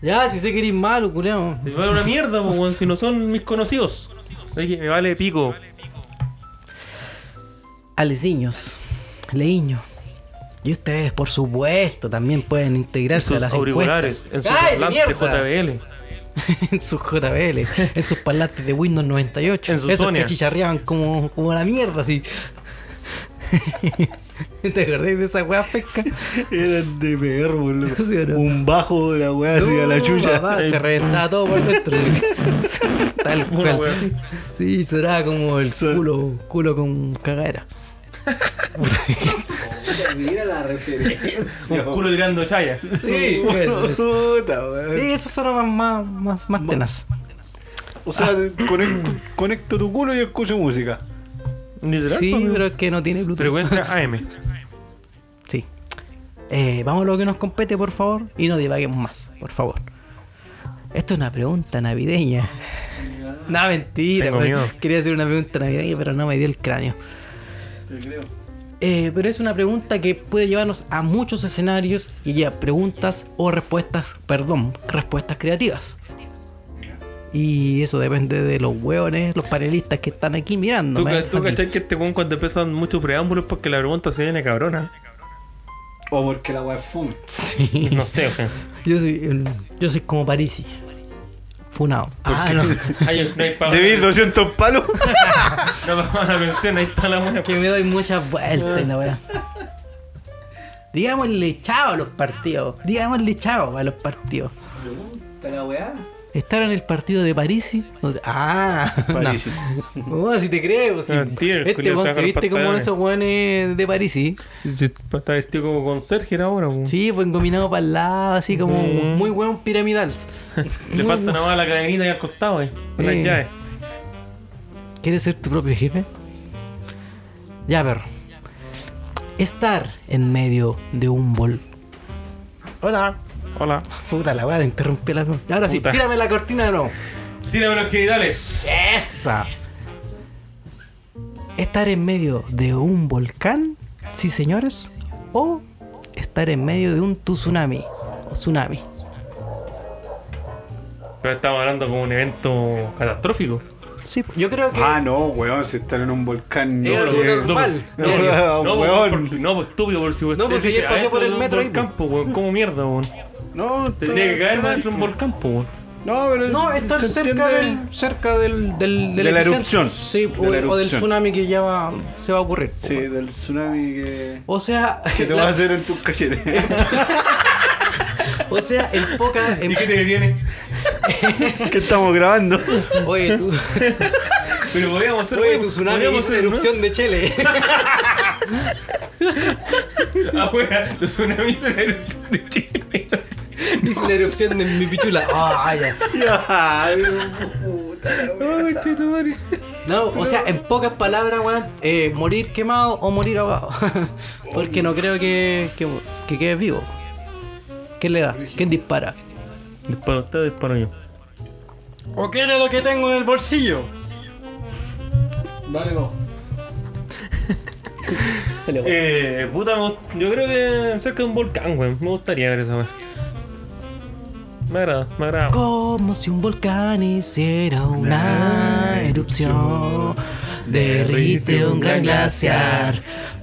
ya, si sé que eres malo, culiao. Me vale una mierda, po, weón, si no son mis conocidos. Oye, me vale pico. Aleciños, leíños. Y ustedes, por supuesto, también pueden integrarse a Sus las auriculares, en encuestas. sus ¡Cállate, parlantes mierda! JBL. en sus JBL, en sus parlantes de Windows 98. En su esos Sonia. que chicharreaban como, como la mierda, así. ¿Te acordás de esa weá pesca? Eran de pegar, boludo. Sí, ¿o no? Un bajo de la weá así a la No, chucha. Eh, papá, se reventaba todo por dentro. Tal Una wea cual. así. Sí, sonaba como el culo, culo con cagadera. Mira la referencia. Un culo tirando chaya. Sí, bueno, sí, Puta, weón. eso sonaba más, más, más tenaz. O sea, conecto, conecto tu culo y escucho música. Literal, Sí, po, amigo. pues, pero es que no tiene Bluetooth. Frecuencia AM. Sí. Eh, vamos a lo que nos compete, por favor, y no divaguemos más, por favor. Esto es una pregunta navideña. No, mentira. Tengo pero miedo. Quería hacer una pregunta navideña, pero no me dio el cráneo. Eh, pero es una pregunta que puede llevarnos a muchos escenarios y a preguntas o respuestas, perdón, respuestas creativas. Y eso depende de los hueones, los panelistas que están aquí mirando. Tú, ca- tú cachai que este weón cuando empiezan muchos preámbulos porque la pregunta se viene cabrona. O porque la web fun. Sí. No sé, weón. Yo soy, mm, yo soy como Parisi. Funado. Ah, no. Ay, no hay pa- Debí 200 palos. No me van a mencionar, ahí está la buena. que me doy muchas vueltas, la weá. Digámosle chao a los partidos. Digámosle chao a los partidos. la weá? ¿Estar en el partido de Parisi? No te- ah, Parisi. No, No, si te creo. Si, Ah, tío, el este culiao weón se se baja los viste como pantalones. esos weones de Parisi. Está vestido como conserje era ahora, weón. Sí, fue engominado para el lado, así como Mm. muy weón piramidal. Le falta nada más la cadenita y al costado, eh. Con las Eh. llaves. ¿Quieres ser tu propio jefe? Ya, perro. Estar en medio de un vol. Hola. Hola. Puta la weá, te interrumpí la. Y Ahora sí, Puta. tírame la cortina de nuevo. Tírame los genitales. ¡Esa! ¿Estar en medio de un volcán? Sí, señores. ¿O estar en medio de un tsunami? O tsunami. Pero estamos hablando como un evento catastrófico. Sí, yo creo que. Ah, no, weón, si están en un volcán. Es algo que- normal. No, no, no, no, weón. por- no, por estúpido, por si usted No, pues, si dice, ya pasó "Adentro por el de un metro ahí, volcán, po, weón. ¿Cómo mierda, weón? No, Tendría que caer está- dentro de un volcán, po, weón. No, pero. No, estar se cerca entiende- del, cerca del, del, del De la epicentro. erupción. Sí, De o, la o del erupción. tsunami que ya va, se va a ocurrir. Sí, del tsunami que. O sea, que te la- vas a hacer en tus cachetes? o sea, en poca... eh, en- ¿Y qué te detiene? que estamos grabando. oye, tú, Pero podríamos hacer, oye, weón, tu tsunami podríamos es una hacer, ¿no? erupción de Chile. Ah, weón, los tsunamis de la erupción de Chile. es la erupción de mi pichula. Ah, ya. Ya, puta la weá. Ay, chito, madre. No, o sea, en pocas palabras, weón, eh, morir quemado o morir ahogado. Porque no creo que, que, que quedes vivo. ¿Quién le da? ¿Quién dispara? Disparo usted, disparo yo. ¿O qué era lo que tengo en el bolsillo? Dale, vos. Eh, puta, me gust- yo creo que cerca de un volcán, weón. Me gustaría ver esa weón. Me agrada, me agrada. Como si un volcán hiciera una erupción. Derrite un gran glaciar.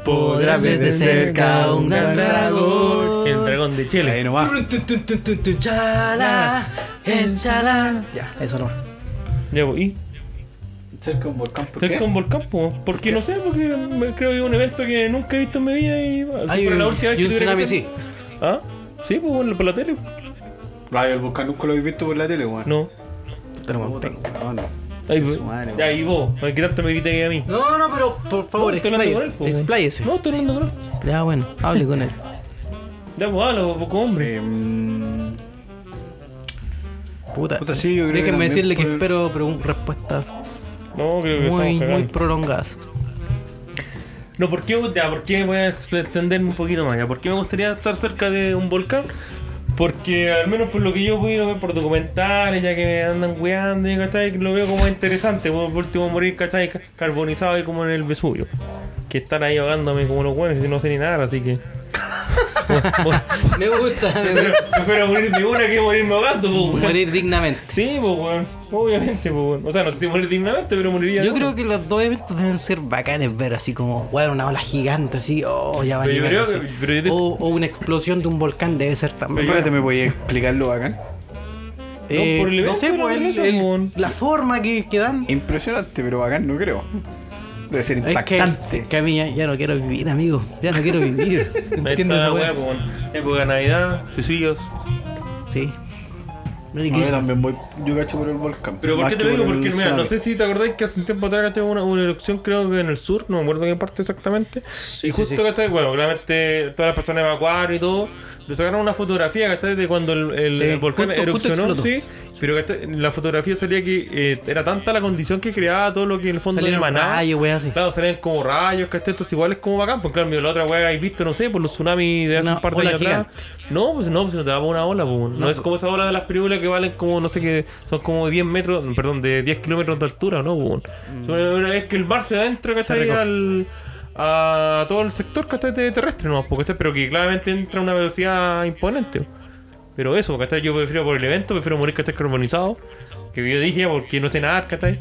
Podrás ver de cerca un gran dragón. El dragón de Chile. Ahí nomás. Chala, enchala. Ya, eso no. Ya, pues, ¿y? Cerca un volcán, ¿por Cerca de un volcán, po. Porque no sé, porque me- creo que es un evento que nunca he visto en mi vida y. ah, si Ay, fuera la y- última vez y que un tuviera que tsunami, sí. hacer- ¿Ah? Sí, pues bueno, por la tele. Ay, el volcán nunca lo habéis visto por la tele, weón. No. Puta, weón. Ahí, Sí, pues. su madre, weón. Ya, y vos. Ay, que tanto me grité que a mí. No, no, pero por favor, No, estoy hablando con él, expláyese. po, weón. expláyese. No, estoy hablando con él. Ya, bueno, hable con él. Ya, pues, hablo, poco hombre. Em, Puta. Puta, sí, yo creo que Déjenme también decirle que por- espero pregun- respuestas No, creo que muy, estamos muy cagando. prolongadas. No, ¿por qué? Ya, ¿por qué voy a extenderme un poquito más? Ya, ¿Por qué me gustaría estar cerca de un volcán? Porque al menos por lo que yo puedo ver por documentales, ya que me andan weando, y, ¿cachai? Lo veo como interesante, pues, por por último morir, ¿cachai? Ca- Carbonizado y como en el Vesubio. Que están ahí ahogándome como los buenos y no sé ni nada, así que... Me gusta me gusta Pero prefiero morir de una que morirme ahogando, pues, weón. morir dignamente. Sí, pues, weón. Obviamente, pues, weón. O sea, no sé si morir dignamente, pero moriría... Yo de una. creo que los dos eventos deben ser bacanes ver así como, bueno, una ola gigante así, oh, ya va a Pero yo llegar. creo no sé. que- pero yo te- o, o una explosión de un volcán debe ser también. Espérate, ¿me podías explicarlo bacán? Eh, por el no evento sé, de la pues, el- relación, el- weón. la forma que, que dan. Impresionante, pero bacán no creo. Debe ser Es que, impactante. es que a mí ya, ya no quiero vivir, amigo. Ya no quiero vivir. Ahí ¿Entiendes está esa la weá? weá, pues, weón. Época de Navidad, suicidios, Sí. Merry No, yo Christmas. también voy, yo cacho por el volcán. Pero ¿por más qué te que lo digo? por el Porque mira, no tsunami. sé si te acordáis que hace un tiempo atrás tuvo una, una erupción, creo que en el sur, no me acuerdo qué parte exactamente. y justo que está, bueno, claramente todas las personas evacuaron y todo. Le sacaron una fotografía, ¿cachai? De cuando el, el- Sí, el volcán justo- justo erupcionó, explotó. sí. Pero ¿cachai? en la fotografía salía que eh, era tanta la condición que creaba todo lo que en el fondo Salieron emanaba. rayos, weá, así. Claro, salían como rayos, ¿cachai? Estos iguales como bacán. Pues claro, mira, la otra weá, hay visto, no sé, por los tsunamis de hace Una un par de ola años atrás. No, pues no, pues no te da por una ola, pues. No, es como esa ola de las películas que valen como, no sé qué, son como 10 metros, perdón, de 10 kilómetros de altura, ¿no? Pues. Es Una, una vez que el mar se adentro, ¿cachai? Mm. recoge. Al, a todo el sector, ¿cachai? de- Terrestre, ¿no? Porque, pero que claramente entra a una velocidad imponente. Pero eso, ¿cachai? Yo prefiero por el evento, prefiero morir, ¿cachai? Carbonizado. que yo dije porque no sé nada, ¿cachai?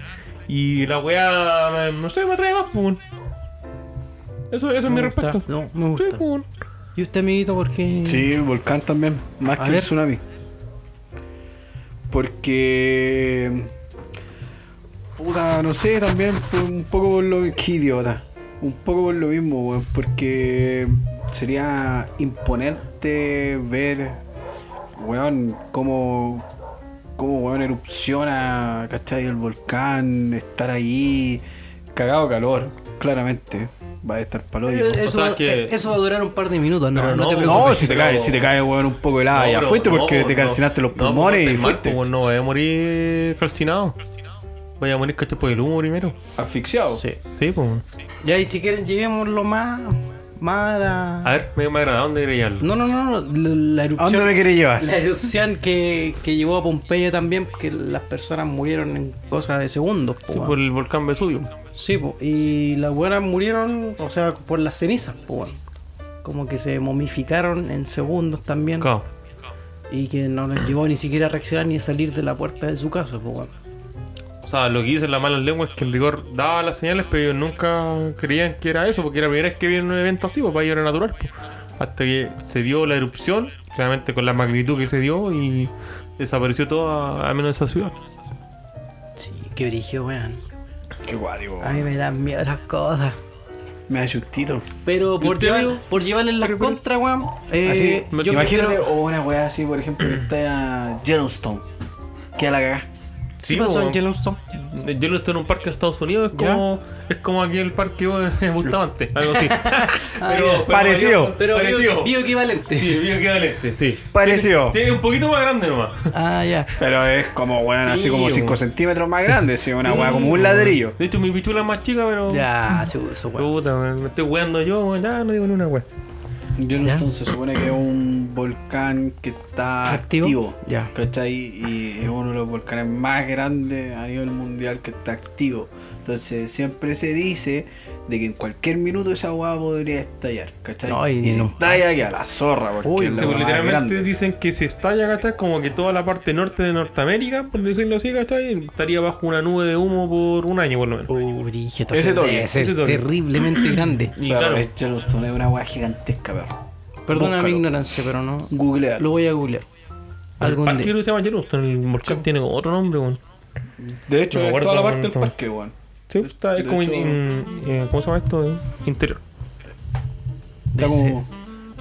Y la wea, no sé, me atrae más, pues. weón. Eso, eso es mi Me gusta, respeto. no, me Sí, gusta. pues, weón. ¿Y usted, amiguito, por qué? Sí, el volcán también, más Eh, A que ver. el tsunami. Porque. Puta, no sé, también por- un poco por lo. Qué idiota. Un poco por lo mismo, weón. Porque sería imponente ver, weón, cómo. cómo, weón, erupciona, ¿cachai? El volcán, estar ahí. Cagado calor, claramente. Va a estar palo. Eh, y- Eso, pues, O sea va- que- eh, eso va a durar un par de minutos, no, Pero no, no, te preocupes. No, Pero- si te caes, si te caes, weón, un poco de helada. Ah, ya pero fuiste porque no, te no. calcinaste los No, pues, pulmones y estáis mal, fuiste. pues, weón, no voy a morir calcinado. Voy a morir cacho por el humo primero. Asfixiado. Sí. Sí, pues. weón. Ya, y si quieren, llevémoslo más. Más a la- A ver, me, me agrada, ¿dónde iré ya? No, no, no, no, la, la ¿A dónde me erupción. querés llevar? La erupción que, que llevó a Pompeya también, que las personas murieron en cosas de segundos. po, Sí, pues, weón. por el volcán Vesubio. Sí, po, y las buenas murieron, o sea, por las cenizas, po, weón. como que se momificaron en segundos también. Cao. Y que no les llevó ni siquiera a reaccionar ni a salir de la puerta de su casa, po, weón. O sea, lo que dicen las malas lenguas es que en rigor daba las señales, pero ellos nunca creían que era eso, porque era la primera vez que vieron un evento así, pues para ellos era natural. pues. Hasta que se dio la erupción, claramente con la magnitud que se dio, y desapareció toda, al menos esa ciudad. Sí, qué origen, weón. Qué guadio, A mí me dan miedo las cosas. Ah, Me da sustito. Pero por, usted, llevar- amigo? por llevarles las contra, weón. eh, Así, yo imagínate, prefiero- o una weá así, por ejemplo, que está Yellowstone. Queda la cagá. Sí, ¿Qué pasó pues, en Yellowstone? Yo estoy en un parque en Estados Unidos, es como, es como aquí el parque de Bustamante, algo así. Ah, pero, pero Parecido. mayor- Pero parecido. bio- bioequivalente. Sí, bio que al este, sí. Parecido. Tiene un poquito más grande nomás. Ah, ya. Pero es como, weón, Sí, así como weón. 5 centímetros más grande, sí, una weá como un ladrillo. De hecho, mi pichula es más chica, pero. Ya, su- su weón. Puta, me me estoy weando yo, weón, ya no digo ni una wea. Yellowstone se supone que es un volcán que está ¿Activo? activo. Ya. ¿Cachai? Y es uno de los volcanes más grandes a nivel mundial que está activo. Entonces siempre se dice de que en cualquier minuto esa agua podría estallar. ¿Cachai? No, y y si no. estalla que a la zorra, porque Uy, es la Sí, pues, hueá más literalmente grande. dicen que si estalla acá como que toda la parte norte de Norteamérica, por decirlo así, acá estaría bajo una nube de humo por un año por lo menos. Origen, Ese entonces toque, debe ser ese toque. terriblemente grande. Y Pero claro, es Yellowstone, es una agua gigantesca, perro. Perdona mi Búscalo. ignorancia, pero no. Lo Googlealo. voy a googlear. el Algún parque día. que se llama Yellowstone, el volcán tiene otro nombre, weón. De hecho, Me es acuerdo toda la con- parte del con- parque, weón. Sí, está, es De como. in- hecho- in- eh, ¿Cómo se llama esto? eh? Interior. Está Debe como,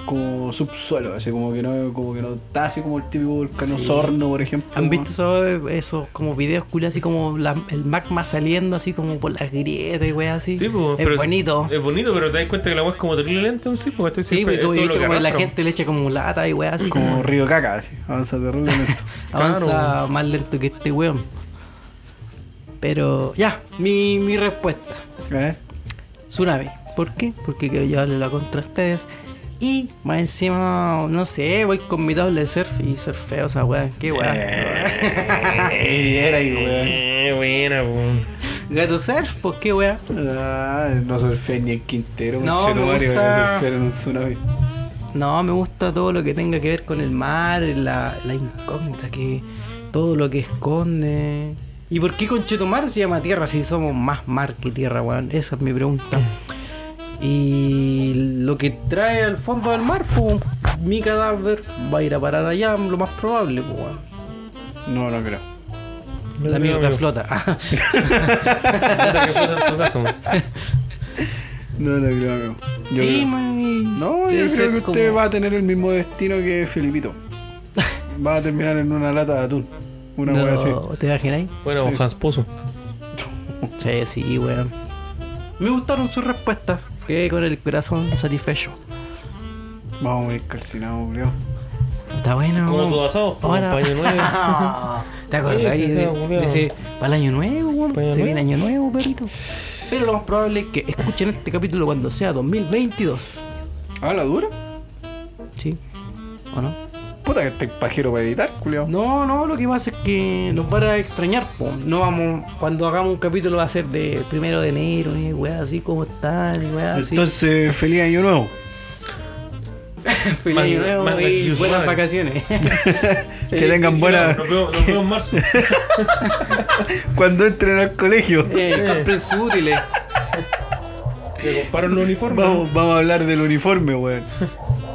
como subsuelo, así como que no, como que no está así como el típico volcán Osorno, por ejemplo. ¿Han weón. visto esos, esos como videos culiados así como la- el magma saliendo así como por las grietas y weas así? Sí, pues, es pero bonito. Es bonito, pero te das cuenta que la agua es como terrible lenta, sí, porque estoy sí, pues, como, esto es lo que como la arrastra. gente le echa como lata y weas así. Como río caca, así. Avanza terriblemente. Avanza claro. más lento que este weón. Pero ya, mi, mi respuesta. ¿Eh? Tsunami. ¿Por qué? Porque quiero llevarle la contra a ustedes. Y más encima, no sé, voy con mi tabla de surf y surfeo esa weá. Qué weá. Ey, era ahí, weón. Eh, buena, weón. Gato surf, pues qué weá. Ah, no surfeé ni en Quintero, No, mucho me Mario, gusta- voy a surfear en un tsunami. No, me gusta todo lo que tenga que ver con el mar, la, la incógnita, que todo lo que esconde. ¿Y por qué Conchetumar se llama tierra si somos más mar que tierra, weón? Esa es mi pregunta. Y lo que trae al fondo del mar, pues mi cadáver va a ir a parar allá, lo más probable, pues, weón. No, no creo. La mierda flota. flota. que flota en tu caso, weón. No, no creo, amigo. Yo sí, creo- man. No, yo Debe creo ser que como- usted va a tener el mismo destino que Felipito. Va a terminar en una lata de atún. Una No, wea así. ¿Te imagináis? Bueno, pues, Sí. Hans Pozo. Sí, sí, weón. Me gustaron sus respuestas. Quedé con el corazón satisfecho. Vamos a morir calcinados, creo. Está bueno. Como weón. tu asado, pa' Ahora- compañero nuevo. ¿Te acordás Sí, sí, sí, de, weón. de ese para el año nuevo, weón? Para el año Se viene año nuevo, perrito. Pero lo más probable es que escuchen este capítulo cuando sea 2022. Ah, ¿la dura? ¿Sí? ¿O no? Puta que este pajero para editar, culiao. No, no, lo que pasa es que nos van a extrañar, po. No vamos, cuando hagamos un capítulo va a ser de primero de enero, ah, ni weá, así como están, ni weá, así. Entonces, feliz año nuevo. Feliz año Man- nuevo man- y you buenas sabe. vacaciones. Eh, Que tengan buena. Nos vemos, nos vemos en marzo. Cuando entren al colegio. Eh, compren sus útiles. Le compraron los uniformes. Vamos, vamos a hablar del uniforme, weón.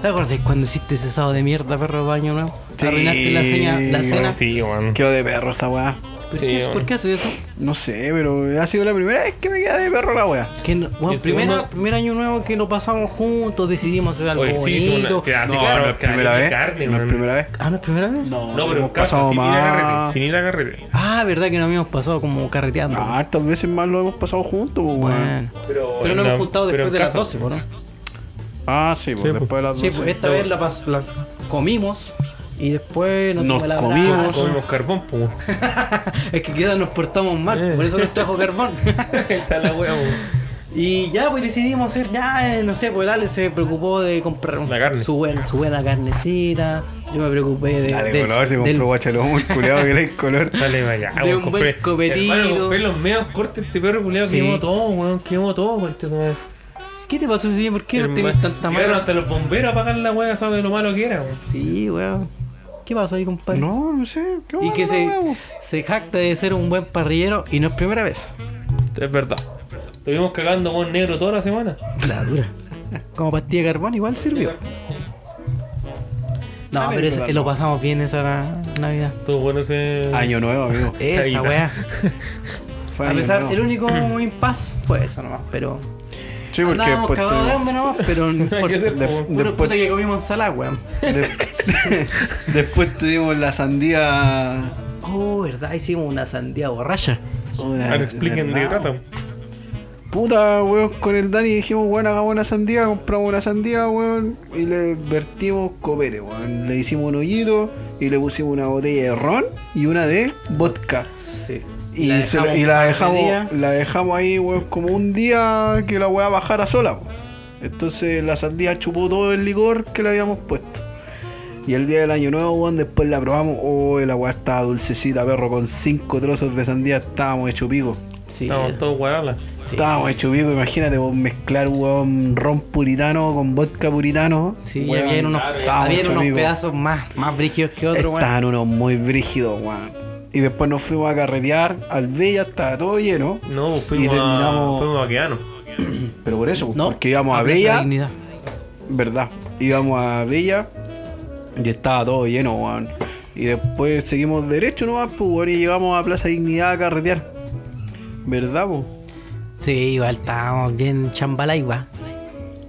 ¿Te acordás cuando hiciste ese sábado de mierda, perro baño, no? Arruinaste la, seña, la Sí, cena. Ah, Sí, weón. Quedó de perro esa weá. ¿Por, Sí, qué, bueno. ¿Por qué haces eso? No sé, pero ha sido la primera vez que me queda de perro la weá. Que no- bueno, Y el primera- segundo- primer año nuevo que lo pasamos juntos, decidimos hacer algo Oye, sí, hizo una- bonito. que hace- Ah, sí, no, claro, no es carne, primera vez. carne, no es weón. primera vez. Ah, ¿no es primera vez? No, No, pero hemos en casa, pasado sin ir a carrete. más. Sin ir a carrete. Ah, verdad que nos habíamos pasado como carreteando. No, Ah, hartas veces más lo hemos pasado juntos, weón. Bueno. Pero, Pero en nos la- hemos juntado pero después en de las casa. 12, ¿no? Ah, sí, pues, Sí, después de las Sí, 12. pues esta no. vez la, pas- la comimos y después nos, Nos tomamos la comimos. brasa. Comimos carbón, pues. Es que quizás nos portamos mal, Eh. por eso nos trajo carbón. Está la wea, weón. y ya, pues decidimos hacer, ya, eh, no sé, pues el Ale se preocupó de comprar La carne. Su, buen- su buena carnecita. Yo me preocupé de. Dale, del- color, se del- compró guachalón, culiado que le hay color. Dale, vaya. De weón, un buen compré- copetito. Hermano, compré los medios cortes este perro culiado. Sí. Quemó todo, weón. Quemó todo, weón. este weón. ¿Qué te pasó ese día? ¿Por qué no Hermano, tienes tanta Llegaron mano? hasta los bomberos a pagar la wea, sabe lo malo que era, weón. Sí, weón. ¿Qué pasó ahí, compadre? No, no sé. qué Y bueno, que se, weón. se jacta de ser un buen parrillero y no es primera vez. Es verdad. Estuvimos cagando con negro toda la semana. La dura. Como pastilla de carbón igual sirvió. No, Dale, pero es- dale. lo pasamos bien esa na- Navidad. Todo bueno ese. Año nuevo, amigo. Esa Navidad. weá. Fue A año pesar, nuevo. el único impas fue eso nomás, pero. Sí, porque Andábamos después cagados de hambre nomás, pero no Hay que importa. ser De- como- Puro después- puta que comimos ensalada, weón. de- después tuvimos la sandía. Oh, verdad, hicimos una sandía borracha. Una- Ahora expliquen de qué Ah, verdad. trata. Puta, weón, con el Dani dijimos, weón, hagamos una sandía, compramos una sandía, weón, y le vertimos copete, weón. Le hicimos un hoyito y le pusimos una botella de ron y una de vodka. Sí. Y se- y la dejamos, la, dejamos, ahí, weón, como un día que la weá bajara sola. po. Entonces la sandía chupó todo el licor que le habíamos puesto. Y el día del año nuevo, weón, después la probamos. Oh, la weá estaba dulcecita, perro, con cinco trozos de sandía estábamos hecho pico. Sí. Estábamos todos guarala. Estábamos hecho pico, imagínate, vos mezclar weón, ron puritano con vodka puritano. Sí, Weón, había unos, estábamos habían hecho unos pico. pedazos más, más brígidos que otros, weón. Estaban unos muy brígidos, weón. Y después nos fuimos a carretear al Bella, estaba todo lleno. No, pues, pues, fuimos Y terminamos- a. Fuimos a Baqueano. Pero por eso, pues, No, porque íbamos a abraza la Bella, dignidad. verdad, íbamos a Bella y estaba todo lleno, weón. Y después seguimos derecho nomás, pues, weón, y llegamos a Plaza Dignidad a carretear. ¿Verdad, pues? po? Sí, igual estábamos bien chambalay, weón.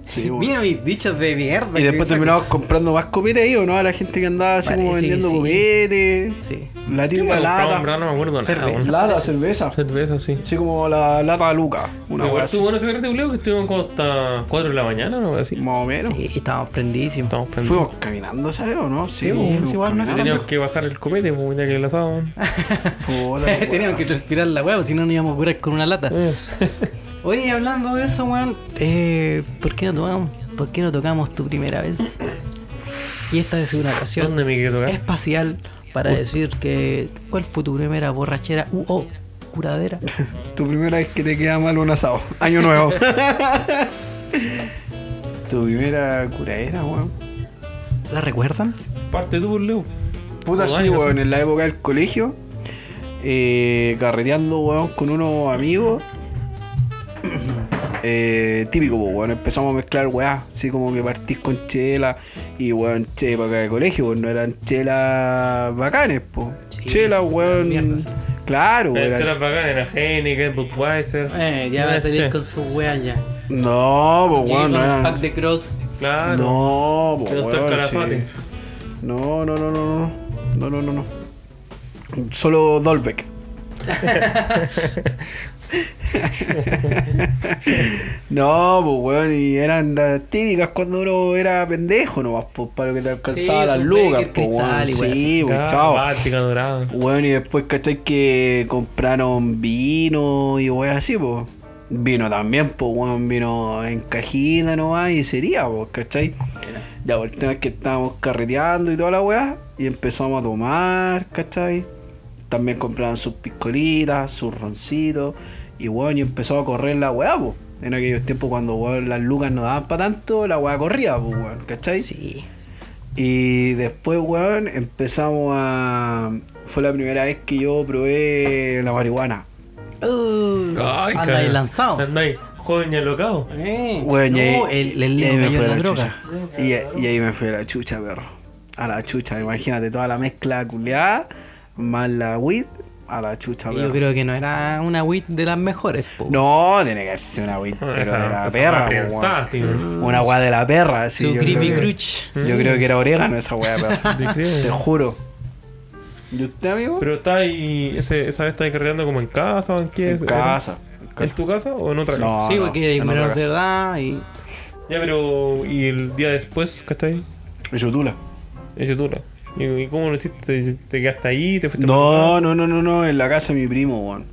Sí, weón. Mira mis dichos de mierda. Y después terminamos comprando más copete ahí, ¿o no? A la gente que andaba así como Parece que vendiendo sí. copete, Sí. la ¿Qué compramos, típica pues, en lata, verdad? No me acuerdo nada. Cerveza. weón. lata, cerveza. Cerveza, sí. Así como la lata de Luca, Me una weá acuerdo, así. estuvo bueno ese carrete culiao que estuvimos como hasta 4 de la mañana, no así. Más o menos. Sí, estábamos prendidísimos. Estamos prendidos. Fuimos caminando, ¿sabes o no? Sí, pues, fuimos igual no caminando. Teníamos que bajar el copete, pues ya que el asado. Ah, Puta, la Teníamos weá. que respirar la weá, porque si no nos íbamos a curar con una lata. Eh. Oye, hablando de eso, weón, eh, ¿por qué no tocamos? ¿Por qué no tocamos tu primera vez? Y esta es una ocasión ¿Dónde me quiere tocar? espacial para decir que cuál fue tu primera borrachera u o curadera. Tu primera vez que te queda mal un asado. Año nuevo. tu primera curadera, weón. ¿La recuerdan? Parte tú, por Leo. Puta, Como sí, años, weón. En la época del colegio, eh, carreteando, weón, con unos amigos. Eh, típico, pues, weón. Empezamos a mezclar, weá. Así como que partís con chela. Y, weón, che, para acá de colegio, pues no eran chelas bacanes, pues. Sí, chelas, eran weón. mierdas. Claro, Eh, weón. Era bacán, era Heineken, Budweiser. Eh, Eh, Sí. su wea ya. No, pues, Llegué weón, con no un pack eran. de cross. Claro. No, po, Pero está el weón, calafate. sí. No, no, no, no, no. No, no, no, no. Solo Dolbeck. no, pues weón, y eran las típicas cuando uno era pendejo nomás, pues, para lo que te alcanzaba Sí, las esos lucas, Becker, pues Cristal weón. y weas Sí, pues, Claro, chao. Báltica, dorada. Bueno, y después, ¿cachai? Que compraron vino y weas así, pues. Vino también, pues, weón, vino en cajita nomás y sería, pues, ¿cachai? Ya, pues, el tema es que estábamos carreteando y toda la weá, y empezamos a tomar, ¿cachai? También compraron sus piscolitas, sus roncitos, y bueno, y empezó a correr la weá, pues. En aquellos tiempos cuando weón, las lucas no daban para tanto, la weá corría, pues, weón, ¿cachai? Sí. Y después, weón, empezamos a. Fue la primera vez que yo probé la marihuana. Uh, Ay, anda cara. ahí lanzado. Anda ahí, joven y alocado. Eh, Weón, y no, ahí- el, el y niño ahí me cayó en fue a la la droga. chucha. Y, y ahí me fue a la chucha, perro. A la chucha, imagínate toda la mezcla culeada, más la weed, a la chucha, Y perro. Yo creo que no era una wit de las mejores. po. No, tiene que haberse una weed, pero de la perra, po, Pensada, weón. sí, weón. Una weá de la perra, sí. Su yo creo creepy que- crutch. Yo creo que era orégano esa weá, perro. Te creo. Te juro. ¿Y usted, amigo? Pero está ahí, ese, esa vez está ahí carreando como en casa, o ¿en qué? en ¿Era? casa. en ¿En casa. tu casa o en otra No, casa? sí, no, porque era en otra menor de casa. edad y. Ya, pero, ¿y el día después que está ahí? En Yutula. Hecho tú, ¿Y, ¿Y cómo lo hiciste? ¿Te, te quedaste ahí? ¿Te fuiste No, no, no, no, no, en la casa de mi primo, weón.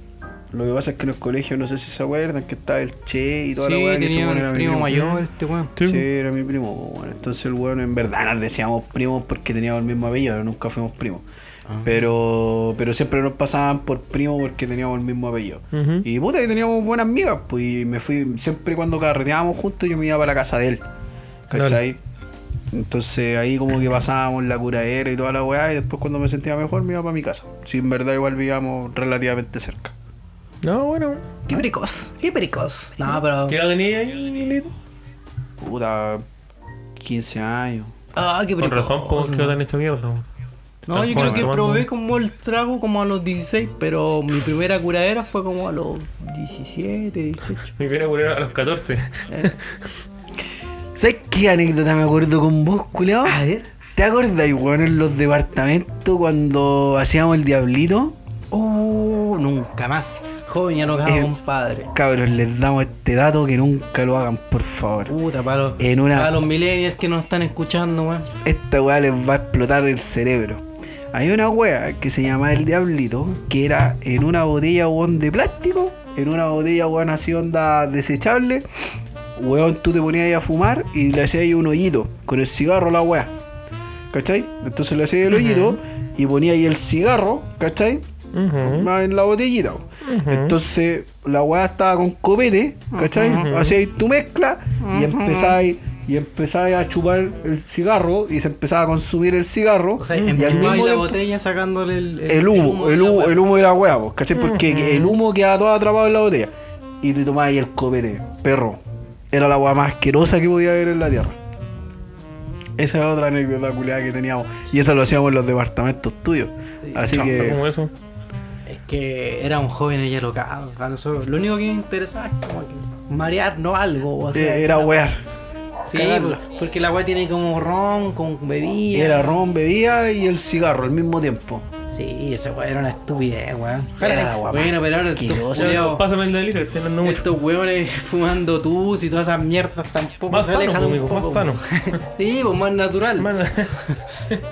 Lo que pasa es que en los colegios, no sé si se acuerdan, que estaba el Che y Sí, toda la weá que se tenía pone un era mi primo primo. mayor, este weón. Sí. Sí, era mi primo, po, weón. Entonces el weón, en verdad, nos decíamos primos porque teníamos el mismo apellido, nunca fuimos primos. Pero, pero siempre nos pasaban por primo porque teníamos el mismo apellido. Ujú. Y puta, que teníamos buenas amigas, pues. Y me fui, siempre cuando carreteábamos juntos, yo me iba para la casa de él. ¿Cachai? Entonces ahí como que pasábamos la curadera y toda la weá. Y después cuando me sentía mejor, me iba para mi casa. Sí, en verdad, igual vivíamos relativamente cerca. No, bueno. Qué precoz, qué precoz. No, pero. ¿Qué edad tenía ahí, Lilito? Puta, 15 años. Ah, qué Con precoz. razón, ¿por qué tan hecho mierda? No, yo creo Están que tomando- probé como el trago como a los 16, pero mi primera curadera fue como a los 17, 18. Me viene a curar a los 14. ¿Sabes qué anécdota me acuerdo con vos, culiao? A ver. ¿Te acordáis, weón, en los departamentos cuando hacíamos el diablito? Uh, nunca más. Joven y alocado, Eh. compadre. Cabros, les damos este dato que nunca lo hagan, por favor. Puta, para los, En una- para los millennials que nos están escuchando, weón. Esta weá les va a explotar el cerebro. Hay una weá que se llamaba el diablito, que era en una botella weón de plástico, en una botella weón así onda desechable. Weón, tú te ponías ahí a fumar y le hacías ahí un hoyito con el cigarro a la weá. ¿Cachai? Entonces le hacías el hoyito y ponías ahí el cigarro, ¿cachai? Ujú. más en la botellita. po. Entonces la weá estaba con copete, ¿cachai? Hacías tu mezcla y empezáis y empezabais a chupar el cigarro y se empezaba a consumir el cigarro. O sea, Mm. y al en mismo la tiempo- botella sacándole el, el humo, el de la humo, weá. el humo de la weá, po, ¿cachai? Porque el humo quedaba todo atrapado en la botella. Y te tomabas ahí el copete, perro. Era la weá más asquerosa que podía haber en la tierra. Esa es otra anécdota culiada que teníamos. Y esa lo hacíamos en los departamentos tuyos. Así que. Como eso. Es que era un joven y alocado. A nosotros, lo único que me interesaba es como que marearnos algo. O sea, eh, era wear. Sí, cagarla. por- porque la weá tiene como ron con bebida. Era ron, bebía y el cigarro al mismo tiempo. Sí, esa weá era una estupidez, weón. Era la weá Bueno, pero ahora estos asquerosa. culiaos- Pásame el delito, que estoy andando mucho. estos huevones fumando tus y todas esas mierdas tampoco. Más se sano, alejan un amigo, más poco. sano. sí, pues más natural. Hermano,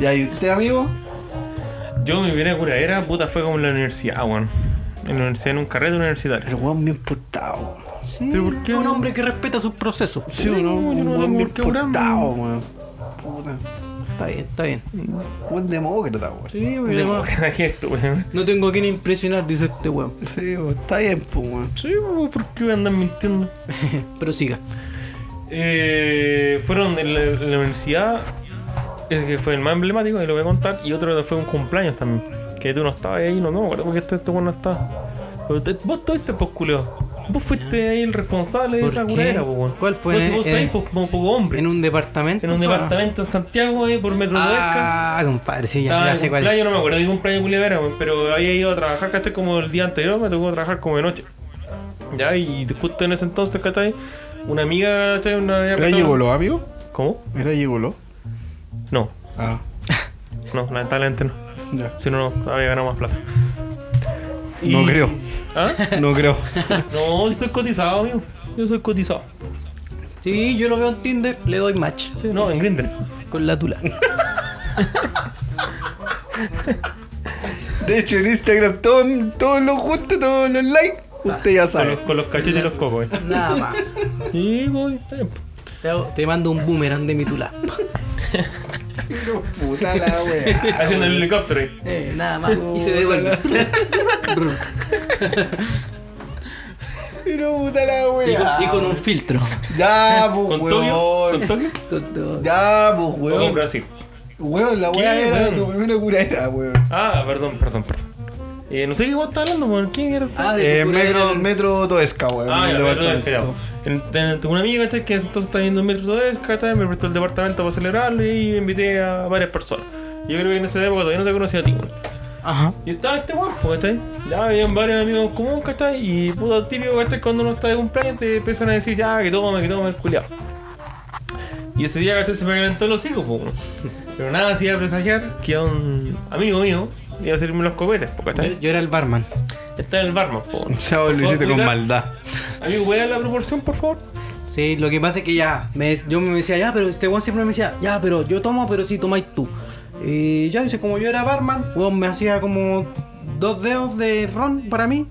¿Y ahí usted, amigo? Yo mi primera curadera, puta, fue como en la universidad, weón. En la universidad, en un carrete universitario. El weón bien portado. Sí, ¿Pero por qué? Un hombre que respeta sus procesos. Sí, no, no, yo no un weón tengo bien por qué curarme. portado, weón. Puta. Está bien, está bien. Buen demócrata, weón. Sí, pues, además, Aquí esto, weón. No tengo a quien impresionar, dice este weón. Sí, weón, está bien, pues, weón. Sí, weón, ¿por qué andan mintiendo? Pero siga. Eh, fueron en la, en la universidad, el que fue el más emblemático, y lo voy a contar, y otro fue un cumpleaños también. Que tú no estabas ahí, no, no me acuerdo porque este, este weón no estaba. Pero te- vos estuviste, pues, culeo. Vos fuiste ahí el responsable de ¿Por esa qué? curera, pues, weón. ¿Cuál fue? Vos, si vos Eh, sabés, pues, como poco hombre. En En un, un departamento. fue, departamento en Santiago, ahí por Metro Huesca. Ah, compadre, sí, ya, Estaba ya de sé cuál. es. cumpleaños, no me acuerdo de cumpleaños culeo era, weón, pero había ido a trabajar, que como el día anterior, me tocó trabajar como de noche. Ya, y justo en ese entonces, ¿cachai? Una amiga, ¿cachai? Una ¿Era gigolo, amigo? ¿Cómo? ¿Era gigolo? No, Ah, no, lamentablemente no. ya. Si no, no había ganado más plata. No creo. ¿Ah? No creo. No, yo soy cotizado, amigo. Yo soy cotizado. Sí, yo lo veo en Tinder, le doy match Sí, no, en Grindr. con la tula. De hecho, en Instagram, todos todo los gustos, todos los likes, usted ya Con sabe. los, con los cachetes y los cocos, eh. Nada más. Sí, voy, está bien. Te, hago- te mando un boomerang de mi tula. Puta la weá. Haciendo el helicóptero ahí. Eh, nada más. Y se devuelve. Pero puta la Y con, wea. y con un filtro. Ya, pues, ¿Con Tokio? ¿Con weón. Tokio? Con todo. Ya, pues, ¿O con weón. Brasil? Weón, la wea ¿Qué, era weón? tu primera cura era, weón. Ah, perdón, perdón, perdón. Eh, no sé qué vos estás hablando, weón. ¿Quién era? Ah, de tu Eh, cura metro, era- metro Toesca, weón. Ah, el ya, perdón, departamento. espera. En- en- Tengo un amigo ¿cachai? que entonces está viendo un metro de esca, ¿cachai? me prestó el departamento para celebrarlo y invité a varias personas. Yo creo que en esa época todavía no te conocía a ti, weón. Ajá. Y estaba este weón, pues, ¿cachai? Ya habían varios amigos en común, ¿cachai? Y puta típico, ¿cachai? Cuando uno está de cumpleaños te empiezan a decir, ya, que toma, que toma el culiao. Y ese día, ¿cachai? Se me calentó los hijos, pues. weón. Pero nada, hacía presagiar que a un amigo mío iba a hacerme los copetes, pues, ¿cachai? Yo, yo era el barman. Está en el barman, pues. weón. Chavo, lo hiciste con maldad. Amigo, ¿puedes dar la proporción, por favor? Sí, lo que pasa es que ya, me- yo me decía, ya, pero este weón siempre me decía, ya, pero yo tomo, pero sí tomáis tú. Y ya, dice, como yo era barman, weón me hacía como dos dedos de ron para mí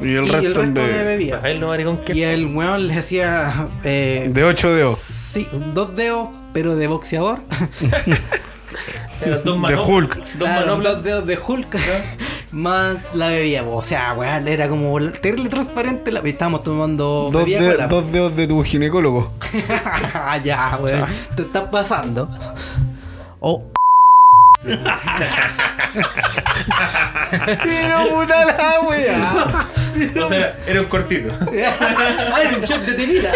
Y el y el resto resto de de. bebida. A él no maricón que. Y el weón le hacía. eh, De ocho dedos. Sí, dos dedos, pero de boxeador. Eran dos manoplas, Hulk. Dos Claro, manoplas. dos dedos de Hulk. Más la bebida, po. o sea, weón, era como terrible transparente. La... Estábamos tomando Dos, bebida de- cola. dos dedos de tu ginecólogo. ya, Ah. weón, te estás pasando. Oh, Pero puta la wea. O sea, era un cortito. Ah, era un shot de tequila.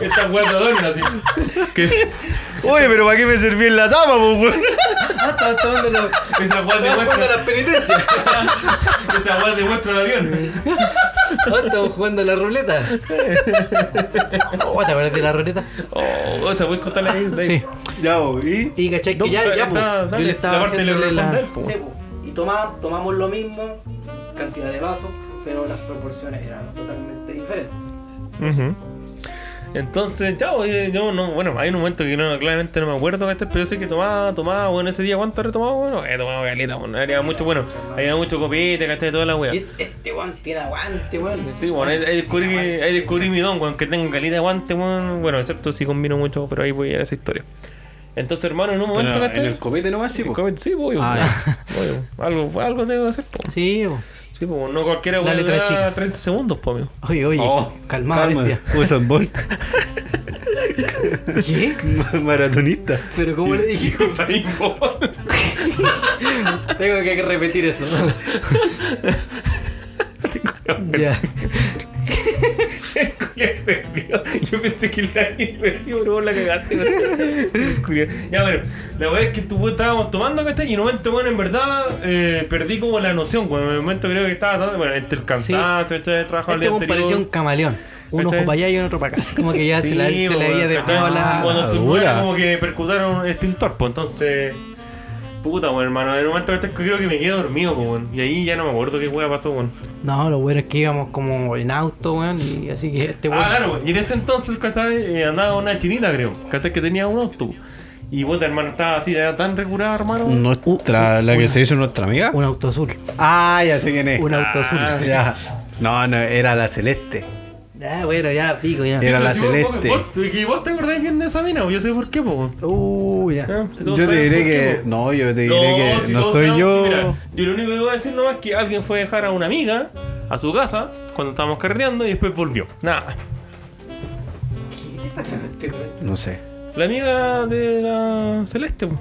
Esta weá de adorno así. Que Oye, pero ¿para qué me serví en la tapa, po, weón? Ah, estaba tomando la- esa weá demuestra. la penitencia. esa weá demuestra el avión. Ah, estamos jugando a la ruleta. Oh, ¿te acuerdas de la ruleta? Oh, esa weá contarle ahí. de ahí. Sí. Ya, pues, ¿y? Y cachai que No, ya, ya, po. está- dale, yo le la estaba parte le haciéndole la... corresponde a él, po. Sí, po. Y toma- tomamos lo mismo, cantidad de vasos, pero las proporciones eran totalmente diferentes. Ujú. Entonces, ya, oye, yo no, bueno, hay un momento que no, claramente no me acuerdo que este, pero yo sé que tomaba, tomaba, bueno, ese día, ¿cuánto habré tomado? Bueno, he tomado galeta, bueno, había mucho, bueno, había mucho copete, gasté toda la wea. Y este- este weón tiene aguante, weón. Sí, bueno, ahí, ahí descubrí, que- ahí descubrí mi don, weón, que tengo calidad de guante, weón. Bueno, excepto si combino mucho, pero ahí voy a esa historia. Entonces, hermano, en un momento que En el copete nomás, sí, Sí, po. COVID, sí, voy, weón. Voy, weón. algo, algo tengo que hacer, po. Sí, pues. Sí, po, no cualquiera La puede letra durar chica. 30 segundos, po, amigo. Oye, oye, Oh, calmada, calma. bestia. Usain Bolt. ¿Qué? Maratonista. Pero ¿cómo le dije? Tengo que repetir eso. ya. Culiao perdido. Yo pensé que la había perdido, pero vos la cagaste. weón. Culiao. ya, bueno, la verdad es que tú, estábamos tomando, ¿cachai? Y en un momento, bueno, en verdad, eh, perdí como la noción, weón. En un momento creo que estaba, tan- bueno, entre el cansancio, este trabajo al Este día weón anterior. parecía un camaleón. Un ojo ¿Cachai? para allá y un otro para acá. Así como que ya se, la, Este- Sí, se le weón, había desviado ¿cachai? Ah, Cuando la. estuvo dura. como que percutaron un extintor, pues entonces. Puta, bueno, hermano, en un momento este creo que me quedé dormido, pues, weón. Y ahí ya no me acuerdo qué hueá pasó, weón. No, lo bueno es que íbamos como en auto, weón. Y así que este weón. Ah, claro, weón. y en ese entonces, ¿cachai? Eh, andaba una chinita, creo. ¿Cachai? Que tenía un auto. Y puta, hermano, estaba así, era tan recurada, hermano. Mm, Nuestra, la que se hizo nuestra amiga. Uh, Un auto azul. Ah, ya sé quién es. Un auto azul. Ah, Ya. No, no, era la celeste. Ya, bueno, ya, pico, ya. Era la Sí, vos- celeste. Vos, que vos te acordás bien de esa mina, weón. yo sé por qué, pues. weón. Uh, ya. ¿Eh? Yo Todos te saben diré por qué, que. weón. No, yo te diré que si no todos soy sabemos yo. que, mira, yo lo único que voy a decir nomás es que alguien fue a dejar a una amiga a su casa cuando estábamos carreando y después volvió. Nada. No sé. La amiga de la Celeste. po.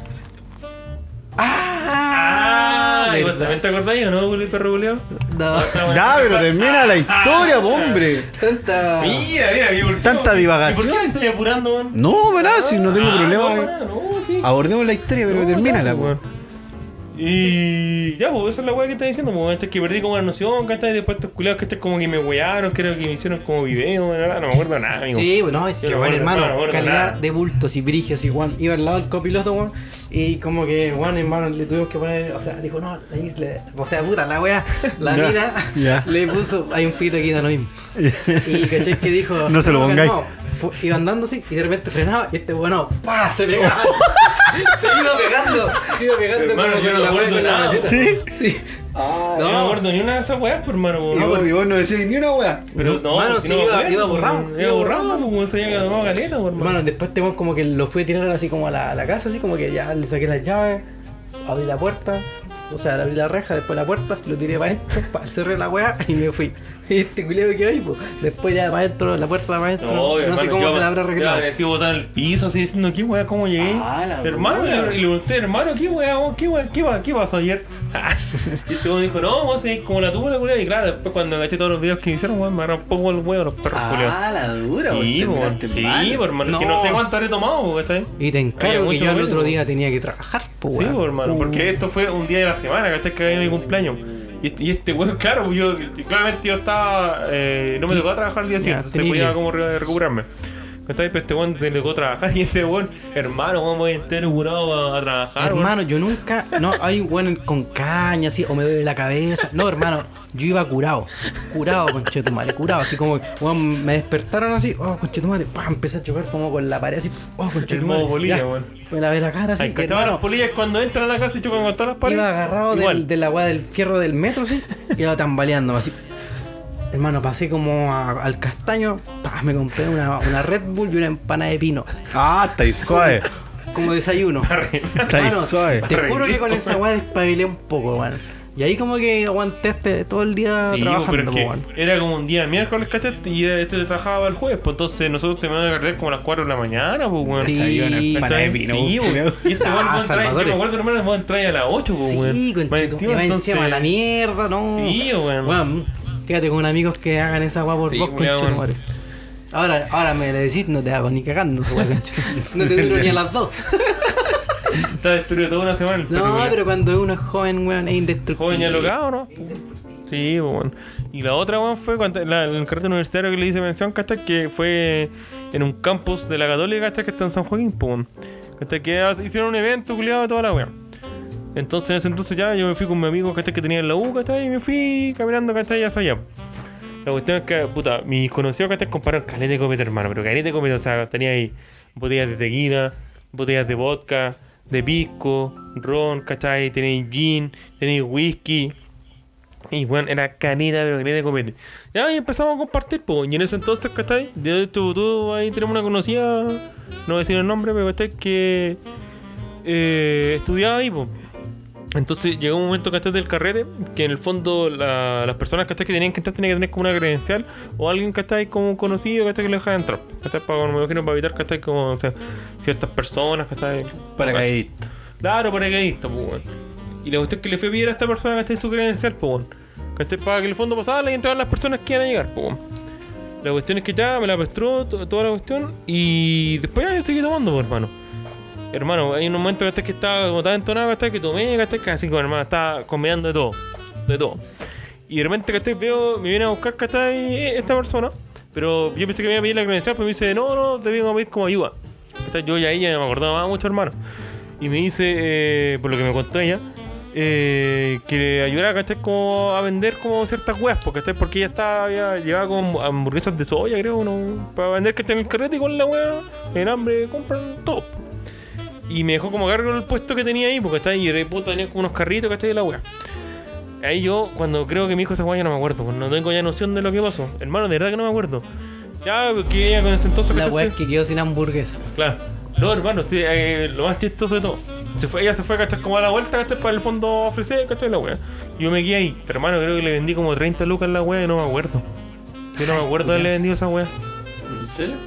Ah, ¿y vos verdad. ¿También te acordáis o no, Juli Perro Julio? No. Ya, pero termina la historia, po, hombre. Tanta. Mira, mira, mira. ¿por qué, Tanta weón? divagación. ¿Y por qué me estoy apurando, weón? No, verá, si no tengo Ah, problema. No, para, no, sí. Abordemos la historia, pero No, termínala, ya, po. weón. Y ya, pues esa es la weá que está diciendo, pues antes que perdí como la noción, que y después estos culiados que este como que me wearon, creo que me hicieron como video, nada, no me acuerdo nada, amigo. Sí, bueno, es Yo que, no bueno, acuerdo, hermano, no me acuerdo calidad nada. de bultos y brigios y Juan iba al lado del copiloto, Juan, y como que Juan, hermano, le tuvimos que poner, o sea, dijo, no, la isla, o sea, puta, la wea, la Ya, mina, ya. le puso, hay un pito aquí, da lo mismo. Y caché que dijo, No se lo que pongáis. no. Fu- iba andando así y de repente frenaba y este bueno, ¡pa! se pegaba. se iba pegando, se iba pegando Hermano, como yo con no la acuerdo wea con la nada. maleta. ¿Sí? Sí. no, no me acuerdo ni una de esas weas, pues, hermano. Y weón. vos, y vos no decís ni una wea. Pero no, Hermano, pues, sí, no me iba- acuerdo, iba weón. borrado, Iba iba borrado, borrado. como se había tomado caleta, weón, hermano. Hermano, después te como que lo fui a tirar así como a la, a la casa, así como que ya le saqué las llaves, abrí la puerta, o sea, le abrí la reja, después la puerta, lo tiré para adentro, pa- cerré la weá y me fui. Y este culiado que hay, po. Después ya para adentro, la puerta para adentro. No, No, sé hermano, cómo yo- se la habrá yo arreglado. amanecí botado en el piso, así diciendo, ¿qué weá? ¿Cómo llegué? Ah, la hermano, weá. le, le pregunté, hermano, ¿qué weá? vos? ¿Qué weá? ¿Qué, pa- qué pasó ayer? y este weón dijo, no, vos sí, como la tuvo la culera. Y claro, después cuando agaché todos los videos que hicieron, weón, me agarraron poco el huevo los perros culiados. Ah, la dura, vos, Sí, weón, terminaste sí, mal. po, hermano, que no sé cuánto habré tomado, weón, ¿cachai? Y te Había encargo que mucho yo el bueno, otro po. día tenía que trabajar, po, Sí, weón. Uh. po, hermano, porque esto fue un día de la semana, ¿cachai? Que había mi cumpleaños. Y este, y este weón, claro, yo claramente yo estaba. eh, no me tocaba trabajar el día siguiente, entonces tenía podía que- como re- recuperarme. ¿Cachai? Pero este weón le tocó trabajar y este weón, hermano, weón, voy entero curado a, a trabajar. weón. Hermano, yo nunca. No, hay bueno con caña, así, o me duele la cabeza. No, hermano, yo iba curado. Curado, conchetumare, curado. Así como, weón, me despertaron así, oh, conchetumare. Pa, empecé a chocar como con la pared, así, oh, conchetumare. modo bolilla, ya. weón. Me lavé la cara, así. Ay, ¿cachai? hermano, Las polillas cuando entran a la casa y chocan con todas las paredes. iba agarrado del, Igual. del agua del fierro del metro, así, y iba tambaleando, así. Hermano, pasé como a- al castaño, pa, me compré una, una Red Bull y una empanada de pino. Ah, estáis suave. Como desayuno. Estáis Hermano, suave. Te juro que con esa weá despabilé un poco, weón. Y ahí como que aguantaste todo el día Sí, trabajando, pero es que weón. era como un día miércoles, ¿cachai? Y este trabajaba el jueves, pues entonces nosotros terminamos de carrera como a las 4 de la mañana, pues weón. Sí, Desayuno, empanada de ¿Cachai? pino, Sí, weón. weón. Y este Ah, weón, vos entras- yo Salvadores. me acuerdo, hermano, vos entras a las 8, pues, weón. Sí, con Más encima, encima entonces- a la mierda, no. Sí, weón. Weón, quédate con amigos que hagan esa weá por Sí, vos, weón. conchetumare. Ahora, ahora me le decís, no te hago ni cagando, weón, conchetumare. No te duro ni a las dos. Está destruido toda una semana. el perro, No, weón. pero cuando uno es joven, weón, es indestructible. Joven y alocado, ¿no? Sí, pues, weón. Y la otra, weón, fue cuando, la, el carrete universitario que le hice mención, ¿cachai? Que fue en un campus de la Católica, ¿cachai? Que está en San Joaquín, pues, weón. ¿Cachai? Que ha- hicieron un evento, culiado, toda la weón. Entonces, en ese entonces ya yo me fui con mi amigo, ¿cachai? Que tenía en la U, ¿cachai? Y me fui caminando, ¿cachai? Hacia allá. La cuestión es que, puta, mis conocidos, ¿cachai? Compraron caleta de copete, hermano. Pero caleta de copete, o sea, tenía ahí botellas de tequila, botellas de vodka, de pisco, ron, ¿cachai? Tenéis gin, tenéis whisky. Y bueno, era canita, pero canita de copete. Ya, y empezamos a compartir, pues. Y en ese entonces, ¿cachai? De tú, tú, ahí tenemos una conocida, no voy a decir el nombre, pero ¿cachai? Que eh, estudiaba ahí, pues. Entonces llegó un momento, ¿cachai? Del carrete, que en el fondo la- las personas, ¿cachai? Que tenían que entrar tenían que tener como una credencial o alguien, ¿cachai? Como un conocido, ¿cachai? Que le dejaba entrar. ¿Cachai? Para, me imagino, para evitar, ¿cachai? Como, o sea, ciertas personas, ¿cachai? Paracaidista. Claro, paracaidista, pues, weón. Y la cuestión que le fue a pedir a esta persona que esté su credencial, pues, weón. Que esté para que el fondo pasara y entraran las personas que iban a llegar, pues, weón. La cuestión es que ya me la pestró to- toda la cuestión y después ya yo seguí tomando, pues, hermano. Hermano, hay un momento que, que estaba como tan entonado que, que tomé, que, que así como hermano, estaba comiendo de todo, de todo. Y de repente que veo, me viene a buscar que está ahí esta persona, pero yo pensé que me iba a pedir la credencial, pero me dice, no, no, te vengo a pedir como ayuda. ¿Cachai? Yo ya ahí ya no me acordaba mucho, hermano. Y me dice, eh, por lo que me contó ella, eh, que le ayudara ¿cachai? como a vender como ciertas weas, porque, ¿cachai? porque ella estaba, había- llevaba como hamburguesas de soya, creo, ¿no? para vender que en el carrete y con la wea, en hambre, compran todo. Y me dejó como cargo el puesto que tenía ahí, porque está ahí, y de puta tenía como unos carritos, ¿cachai? Y la wea. Ahí yo, cuando creo que mi hijo esa wea, ya no me acuerdo, pues, no tengo ya noción de lo que pasó. Hermano, de verdad que no me acuerdo. Ya, que ella con ese entonces La ¿cachai? weá se- es que quedó sin hamburguesa. Claro. No, hermano, sí, eh, lo más chistoso de todo. Se fue, ella se fue, ¿cachai? Como a la vuelta, ¿cachai? Para el fondo a ofrecer, ¿cachai? La wea. Yo me quedé ahí. Hermano, creo que le vendí como 30 lucas a la wea y no me acuerdo. Yo no me acuerdo de haberle vendido esa wea.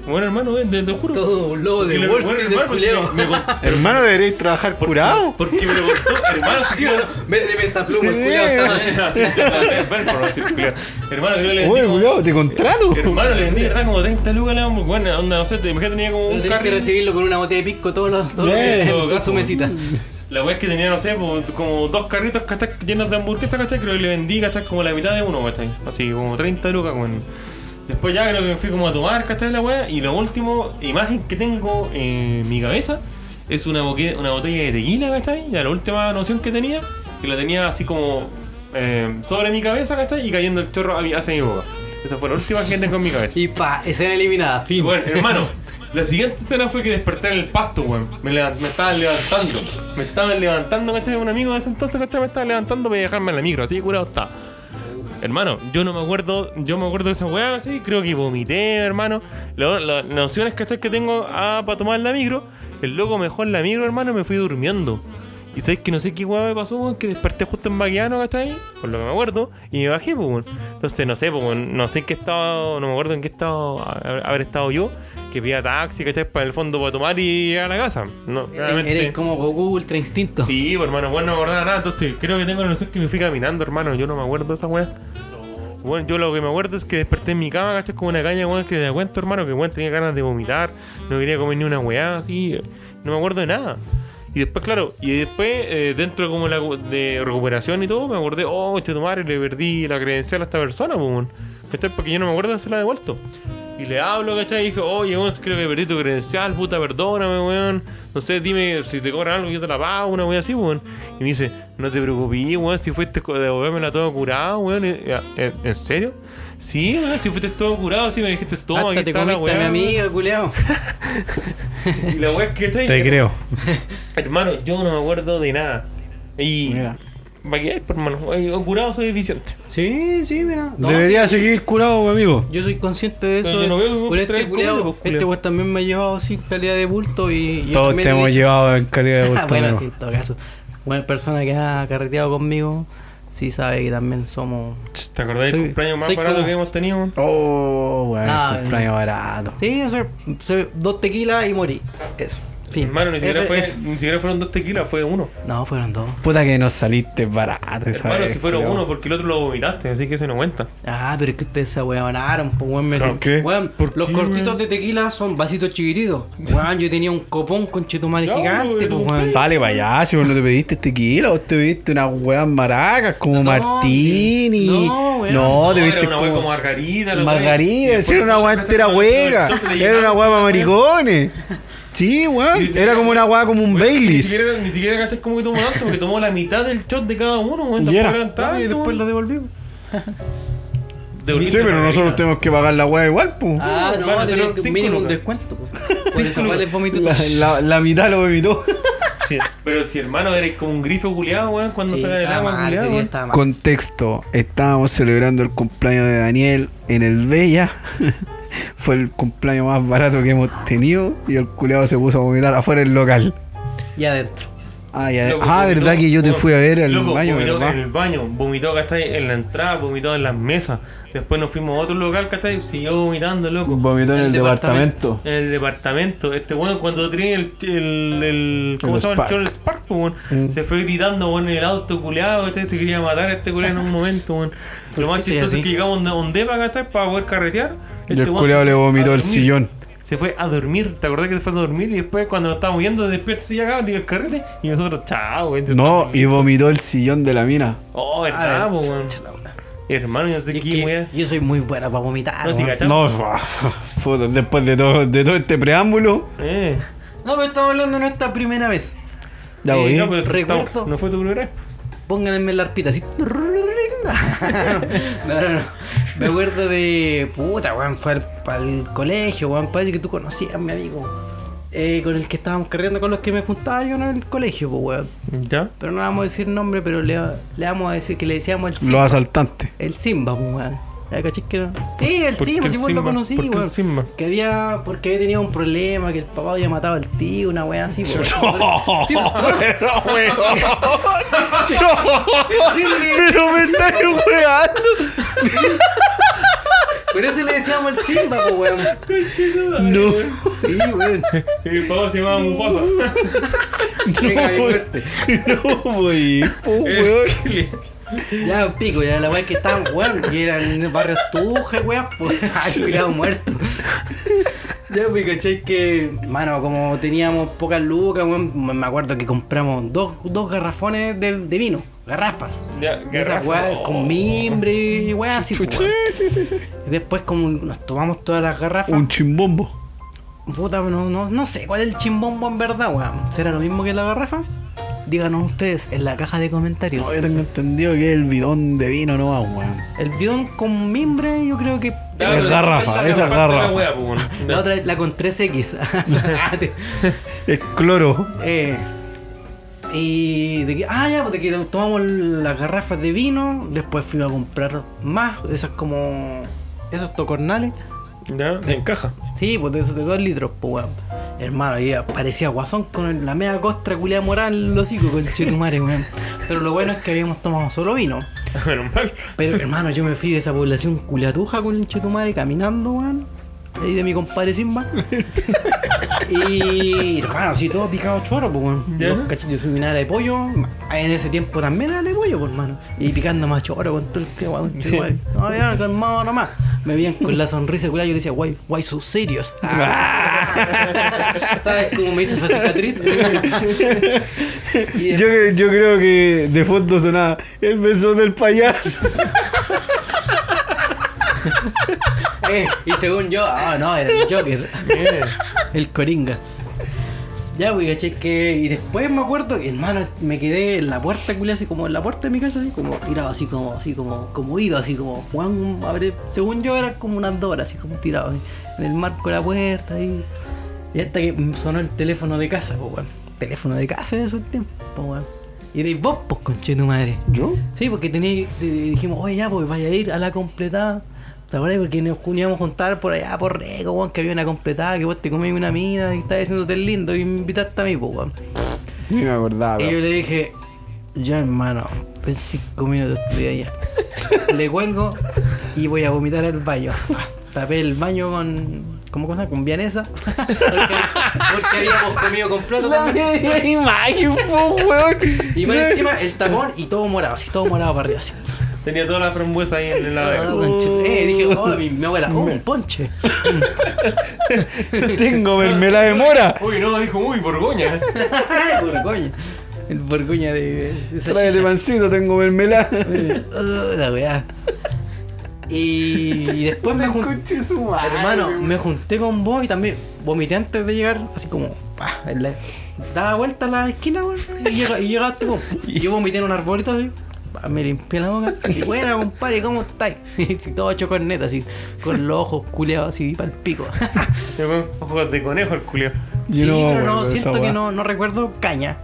Bueno, hermano, eh, te, te juro. Todo un lobo de Y le- Wall bueno, Street del hermano, culeo. porque me contó- Hermano, deberéis trabajar curado. Porque me lo contó, hermano, sí, ah, bueno. Véndeme esta pluma, Sí. el culiao estaba así. Así, así, enfermo, así, culiao. Hermano, creo que le vendí. Oye, como- cuidado, te contrato. Hermano, le vendí, ¿verdad? Como 30 lucas a la wea. Onda, no sé, te imagínate, tenía como un Tenés que carrito. recibirlo con una botella de pisco todos los todos los Bien. días en Todo su- caso. su mesita. La wea es que tenía, no sé, po, como dos carritos ¿cachai? llenos de hamburguesas, ¿cachai? Creo que le vendí, ¿cachai? Como la mitad de uno, ¿cachai? Así, como 30 lucas, weón. Después ya creo que me fui como a tomar, ¿cachai? La wea. Y lo último, imagen que tengo en mi cabeza es una, boque- una botella de tequila, ¿cachai? Ya la última noción que tenía, que la tenía así como eh, sobre mi cabeza, ¿cachai? Y cayendo el chorro a mi- hacia mi boca. Esa fue la última que tengo en mi cabeza. Y pa, escena eliminada, fin. Bueno, hermano, la siguiente escena fue que desperté en el pasto, weón. Me, leva- me estaban levantando. Me estaban levantando, ¿cachai? Un amigo de ese entonces, ¿cachai? Me estaba levantando para dejarme en la micro, así curado está. Hermano, yo no me acuerdo, yo me acuerdo de esa weá, ¿cachai? Creo que vomité, hermano. La- la- Las nociones que, que tengo ah, para tomar la micro, el loco mejor la micro, hermano, me fui durmiendo. Y sabes que no sé qué hueá me pasó, weón, que desperté justo en Baquiano, ¿cachai? Por lo que me acuerdo, y me bajé, pues, weón. Entonces, no sé, pues, weón, no sé en qué estado, no me acuerdo en qué estado hab- haber estado yo, que pedía taxi, ¿cachai? Para el fondo para tomar y llegar a la casa. No, claramente. Eres como Goku Ultra Instinto. Sí, pues, hermano, bueno, no me acordaba nada, entonces creo que tengo la noción que me fui caminando, hermano, yo no me acuerdo de esa weá. Bueno, yo lo que me acuerdo es que desperté en mi cama, ¿cachai? Como una caña, weón, que te cuento, hermano, que weón tenía ganas de vomitar, no quería comer ni una weá, así, no me acuerdo de nada. Y después, claro, y después, eh, dentro como la de recuperación y todo, me acordé, oh, este tomar, le perdí la credencial a esta persona, pues, weón. ¿Cachai? Porque yo no me acuerdo de haberse la devuelto. Y le hablo, ¿cachai? Y dije, oye, weón, creo que perdí tu credencial, puta, perdóname, weón. No sé, dime si te cobran algo, yo te la pago, una weón así, weón. Y me dice, no te preocupes, weón, si fuiste co- devolvérmela todo curado, weón. Y- y- ¿En en serio? Sí, weón, si fuiste todo curado, sí me dijiste todo, Hasta aquí te está la comiste a mi weá. amiga, culeado. Y la weá que está Te creo. Hermano, yo no me acuerdo de nada. Y. Mira. ¿Para qué hay, pues, hermano? Oye, curado soy eficiente. Sí, sí, mira. No, Debería seguir curado, amigo. Yo soy consciente de eso. Pero yo no veo que por traes este comida, culeado, pues, culiao. este pues también me ha llevado sin calidad de bulto y. yo Todos también te he hemos dicho- llevado en calidad de Ah, gusto. bueno, amigo. sí, en todo caso. Buena persona que ha carreteado conmigo, sí sabe que también somos. ¿Te acordás del Soy- cumpleaños más soy barato como- que hemos tenido? weón? Oh, bueno, Ah, cumpleaños barato. Sí, eso es- soy dos tequilas y morí. Eso. Fin. Hermano, ni siquiera, Eso- fue, eso- ni siquiera fueron dos tequilas, fue uno. No, fueron dos. Puta que no saliste barato esa Hermano, vez, si fueron culiao. uno, porque el otro lo vomitaste, así que se no cuenta. Ah, pero es que ustedes se ahueonaron, pues weón. me- ¿Por qué? Weón, ¿Por los qué, cortitos weón? de tequila son vasitos chiquititos. Weón, yo tenía un copón con chetumare Ya, gigante, weón, pues weón. Sale para allá, si vos no te pediste tequila, vos te pediste unas weas maracas No, como martini. no, No, weón. te No, viste era una wea como Margarita. la wea. Y Margarita, si después era una fue- wea entera fue- hueca. fue- fue- Era una wea para maricones. Sí, Ni weón. siquiera- Era como una wea como un Weón, Ni Baileys. siquiera, ni siquiera gasté como que tomó tanto, porque tomó la mitad del shot de cada uno, weón. Y era. tampoco eran tanto, Y después weón. lo devolvimos. Devolviste Sí, pero Margarita. nosotros tenemos que pagar la wea igual, pues. Ah, no, Van a tenía hacer que un un cinco mínimo un lucas. descuento. po. Por eso igual les vomito La, todo. la- la mitad lo evitó. Sí, Pero si hermano eres como un grifo culiado, weón, cuando Sí, sale del estaba agua mal, Ah, ese culiado, día weón. estaba mal. Contexto, estábamos celebrando el cumpleaños de Daniel en el Bella. Fue el cumpleaños más barato que hemos tenido y el culeado se puso a vomitar afuera del local. Y adentro. Ah, ya- Loco, ah, vomitó, verdad que yo te weón. fui a ver al Loco, baño, vomitó ¿verdad? en el baño, vomitó acá en la entrada, vomitó en las mesas. Después nos fuimos a otro local, ¿cachai? Siguió vomitando, loco. Vomitó en el el departamento. En el departamento, este weón cuando tenía el, el, el ¿cómo El se llama? Spark. Mm. El Chevrolet Spark, po, weón. Se fue gritando, weón, en el auto culeado, este se quería matar a este culeado en un momento, weón. Lo más qué soy chistoso así? es que llegamos a un depa acá atrás para poder carretear. Y Este el weón culeado se le fue a vomitó el dormir. sillón. Se fue a dormir, ¿te acordás que se fue a dormir? Y después cuando nos estábamos yendo despierto se llegaba y el carrete y nosotros, chao, Este weón. No, y vomitó el sillón de la mina. Ah, Oh, verdad, po, weón. Hermano, yo no sé Y es qué, que weón. yo soy muy buena para vomitar. No, weón. si No, cachai. No, fue- después de todo, de todo este preámbulo, Eh. pero estamos hablando de nuestra primera vez. ya Eh, voy. no, pero si Recuerdo. estamos- No fue tu primera vez. Pónganme la arpita así. No, no, no. Me acuerdo de. Puta, weón, fue al, al colegio, weón. Parece que tú conocías a mi amigo. eh, con el que estábamos carreando, con los que me juntaba yo en el colegio, pues, weón. ¿Ya? Pero no vamos a decir nombre, pero le, le vamos a decir que le decíamos el Los Simba. asaltantes. El Simba, pues, weón. ¿Ya cachis que no? Sí, el por qué Simba, el si vos lo Simba? conocí, ¿Por qué el weón. Simba? Que había. Porque había tenido un problema, que el papá había matado al tío, una weá así, pues, weón. No, pero weón. pero me estás weando. Pero ese le decíamos el Simba, pues, weón. No, Sí, weón. Y el papá se llamaba Uh, Mufasa. no, voy, po, Eh, weón. Ya, pico, ya la weá que estaban, weón, y era en el barrio Estuja, weón, pues, ay, cuidado muerto. Ya, pues, caché que, mano, como teníamos pocas lucas, weón, me- me acuerdo que compramos dos, dos garrafones de, de vino, garrafas. Ya, Y Esas garrafas. weas con mimbre y weá así, pues, Oh. Sí, weón. sí, sí, sí. Y Después, como nos tomamos todas las garrafas, Un chimbombo. puta, no, no, no sé cuál es el chimbombo en verdad, weón. ¿Será lo mismo que la garrafa? Díganos ustedes en la caja de comentarios. No, yo tengo entendido que es el bidón de vino no va, weón. El bidón con mimbre, yo creo que. Oh. Es garrafa, esa es garrafa. La otra, la con 3X. Es cloro. eh, y de que, ah, ya, pues de que tomamos las garrafas de vino. Después fui a comprar más, esas como. esos tocornales. ¿Ya? En caja. Sí, pues de esos de 2 litros, pues weón. Hermano, y parecía guasón con el- la media costra culiada moral en el hocico con el chetumare, weón. Pero lo bueno es que habíamos tomado solo vino. Menos mal. Pero hermano, yo me fui de esa población culiatuja con el chetumare caminando, weón. Ahí de mi compadre Simba. y hermano, sí, todo picado choro, pues weón. Ya. Los cachitos de de pollo. En ese tiempo también era de pollo, pues hermano. Y picando más choro con todo el que weón. Sí. chetumare. No, ya, calmado nomás. Me veían con la sonrisa culiada, yo le decía, guay, guay, sus serios. Ah. ¿Sabes cómo me hizo esa cicatriz? Y Yo, cre- yo creo que de fondo sonaba el beso del payaso. Eh, y según yo, ah, no, era el Joker. el Coringa. Ya, pues, caché que. Y después me acuerdo que, hermano, me quedé en la puerta, culiao, así como en la puerta de mi casa, así como tirado, así como, así como, como ido, así como, Juan, abre. Según yo, era como unas dos horas, así como tirado, así, en el marco de la puerta, ahí. Y hasta que sonó el teléfono de casa, pues, weón. Teléfono de casa de esos tiempos, pues, weón. Y eres vos, pues, conche tu madre. ¿Yo? Sí, porque tení, te- dijimos, oye, ya, pues vaya a ir a la completada. ¿Te acuerdas? Porque nos íbamos a juntar por allá, por Rego, weón, que había una completada, que vos te comías una mina y estás diciéndote el lindo y me invitaste a mí, pues, weón. Ni me acordaba. Y yo le dije, ya, hermano, pues, en cinco minutos estoy allá. le cuelgo y voy a vomitar al baño. Tapé el baño con. ¿Cómo cosa? Con vianesa. porque, porque habíamos comido completo La también. media imagen, po, weón. Y por No. encima el tapón y todo morado, así todo morado para arriba, así. Tenía toda la frambuesa ahí en la Ah, conche- Eh, dije, oh, mi, mi abuela, oh, un ponche. Tengo mermelada de mora. Uy, no, dijo, uy, Borgoña. Borgoña. El Borgoña de, de esa Tráete chicha. pancito, tengo mermelada. Oh, la weá. Y, y después me junté. Conche su madre, Hermano, weón. me junté con vos y también vomité antes de llegar, así como. pa, en la- daba vuelta a la esquina, weón, y, llega- y llegaste vos. Y yo vomité en un arbolito así. pa, Me limpié la boca. Y buena, compadre, ¿cómo estáis? Y todo hecho corneta, así, con los ojos culeados así para el pico. Ojos de conejo el culio. Yo sí, no me pero no, acuerdo de esa siento que weá. no, no recuerdo caña.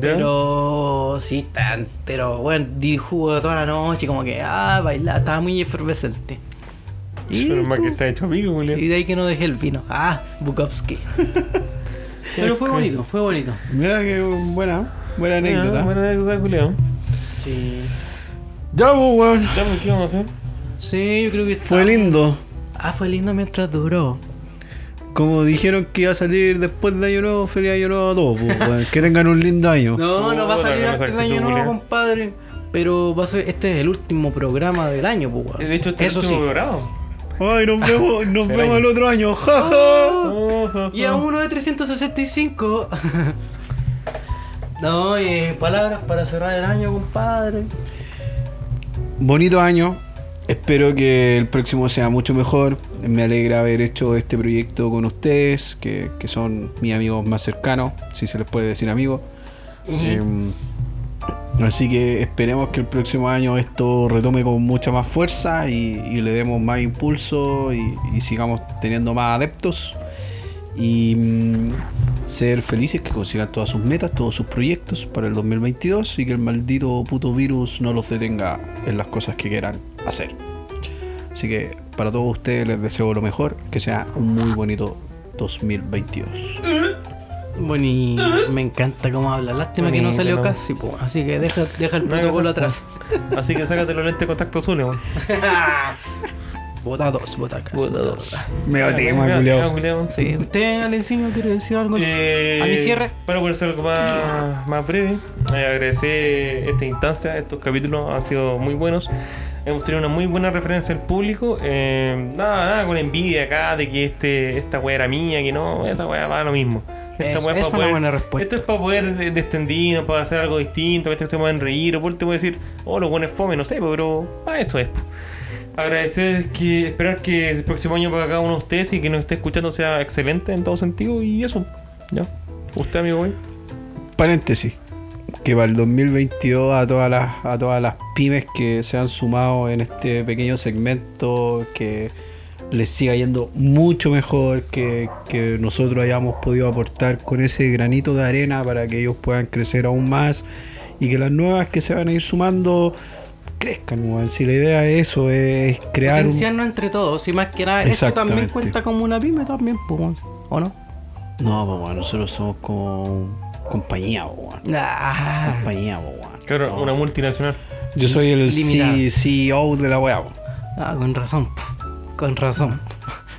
Pero sí, tan, pero bueno, di jugo toda la noche, como que, ah, bailaba, estaba muy efervescente. Y, Pero más que tú- está hecho amigo, y Julio. de ahí que no dejé el vino. Ah, Bukowski. pero fue bonito, fue bonito. Mira que buena, buena anécdota. Ah, Buena anécdota, Julio. Sí. Ya, po, weón. Ya, pues, ¿qué vamos a hacer? Sí, yo creo que Fue está- lindo. Ah, fue lindo mientras duró. Como dijeron que iba a salir después de Año Nuevo, feliz Año Nuevo a todos, po, weón. Que tengan un lindo año. No, no va a Puta, salir con antes esa de año actitud, nuevo, Julián. compadre. Pero va a ser, este es el último programa del año, pues, weón. De hecho, este es el Eso sí. último programa. Ay, nos vemos, nos Del año. vemos el otro año. Ja, ja. Y a uno de 365. No, eh, palabras para cerrar el año, compadre. Bonito año. Espero que el próximo sea mucho mejor. Me alegra haber hecho este proyecto con ustedes, que, que son mis amigos más cercanos, si se les puede decir amigos. Em, así que esperemos que el próximo año esto retome con mucha más fuerza y, y le demos más impulso y, y sigamos teniendo más adeptos. Y mm, ser felices que consigan todas sus metas, todos sus proyectos para el 2022 y que el maldito puto virus no los detenga en las cosas que quieran hacer. Así que para todos ustedes les deseo lo mejor, que sea un muy bonito 2022. Bueno, y me encanta cómo habla. Lástima que no Bonito, salió ¿no? casi, po. así que deja, deja el No, protocolo no, atrás. Así que sácate los lentes de contacto azules, weón. Vota dos, vota acá. Vota dos. Me Mira, mira, culiao. Sí, usted, Alencino, quiere decir algo Eh, a mi cierre. Para poder ser algo más, más breve, eh, agradecer esta instancia, estos capítulos han sido muy buenos. Hemos tenido una muy buena referencia del público. eh, nada, nada, con envidia acá de que este, esta wea era mía, que no, esa wea va lo mismo. Esta Es- wea es para una buena respuesta. Esto es para poder de- destendirnos, para hacer algo distinto, que estos se pueden reír, o por último decir, oh, los buenos fome, no sé, pero para esto es. Agradecer que esperar que el próximo año para cada uno de ustedes y que nos esté escuchando sea excelente en todo sentido y eso. Ya. Usted, amigo, güey. Paréntesis. Que para el 2022 a todas las a todas las pymes que se han sumado en este pequeño segmento que les siga yendo mucho mejor que, que nosotros hayamos podido aportar con ese granito de arena para que ellos puedan crecer aún más y que las nuevas que se van a ir sumando crezcan, weón. Si la idea es eso, es crear un- Potenciarnos entre todos. Y más que nada, esto también Exactamente. cuenta como una pyme también, pues, weón. ¿o no? No, pues, weón, nosotros somos como compañía, pues, weón. Ah, Compañía, pues, weón. Claro, una multinacional. Yo soy el C- Limitada. CEO de la weá, weón. ah, con razón, po. con razón.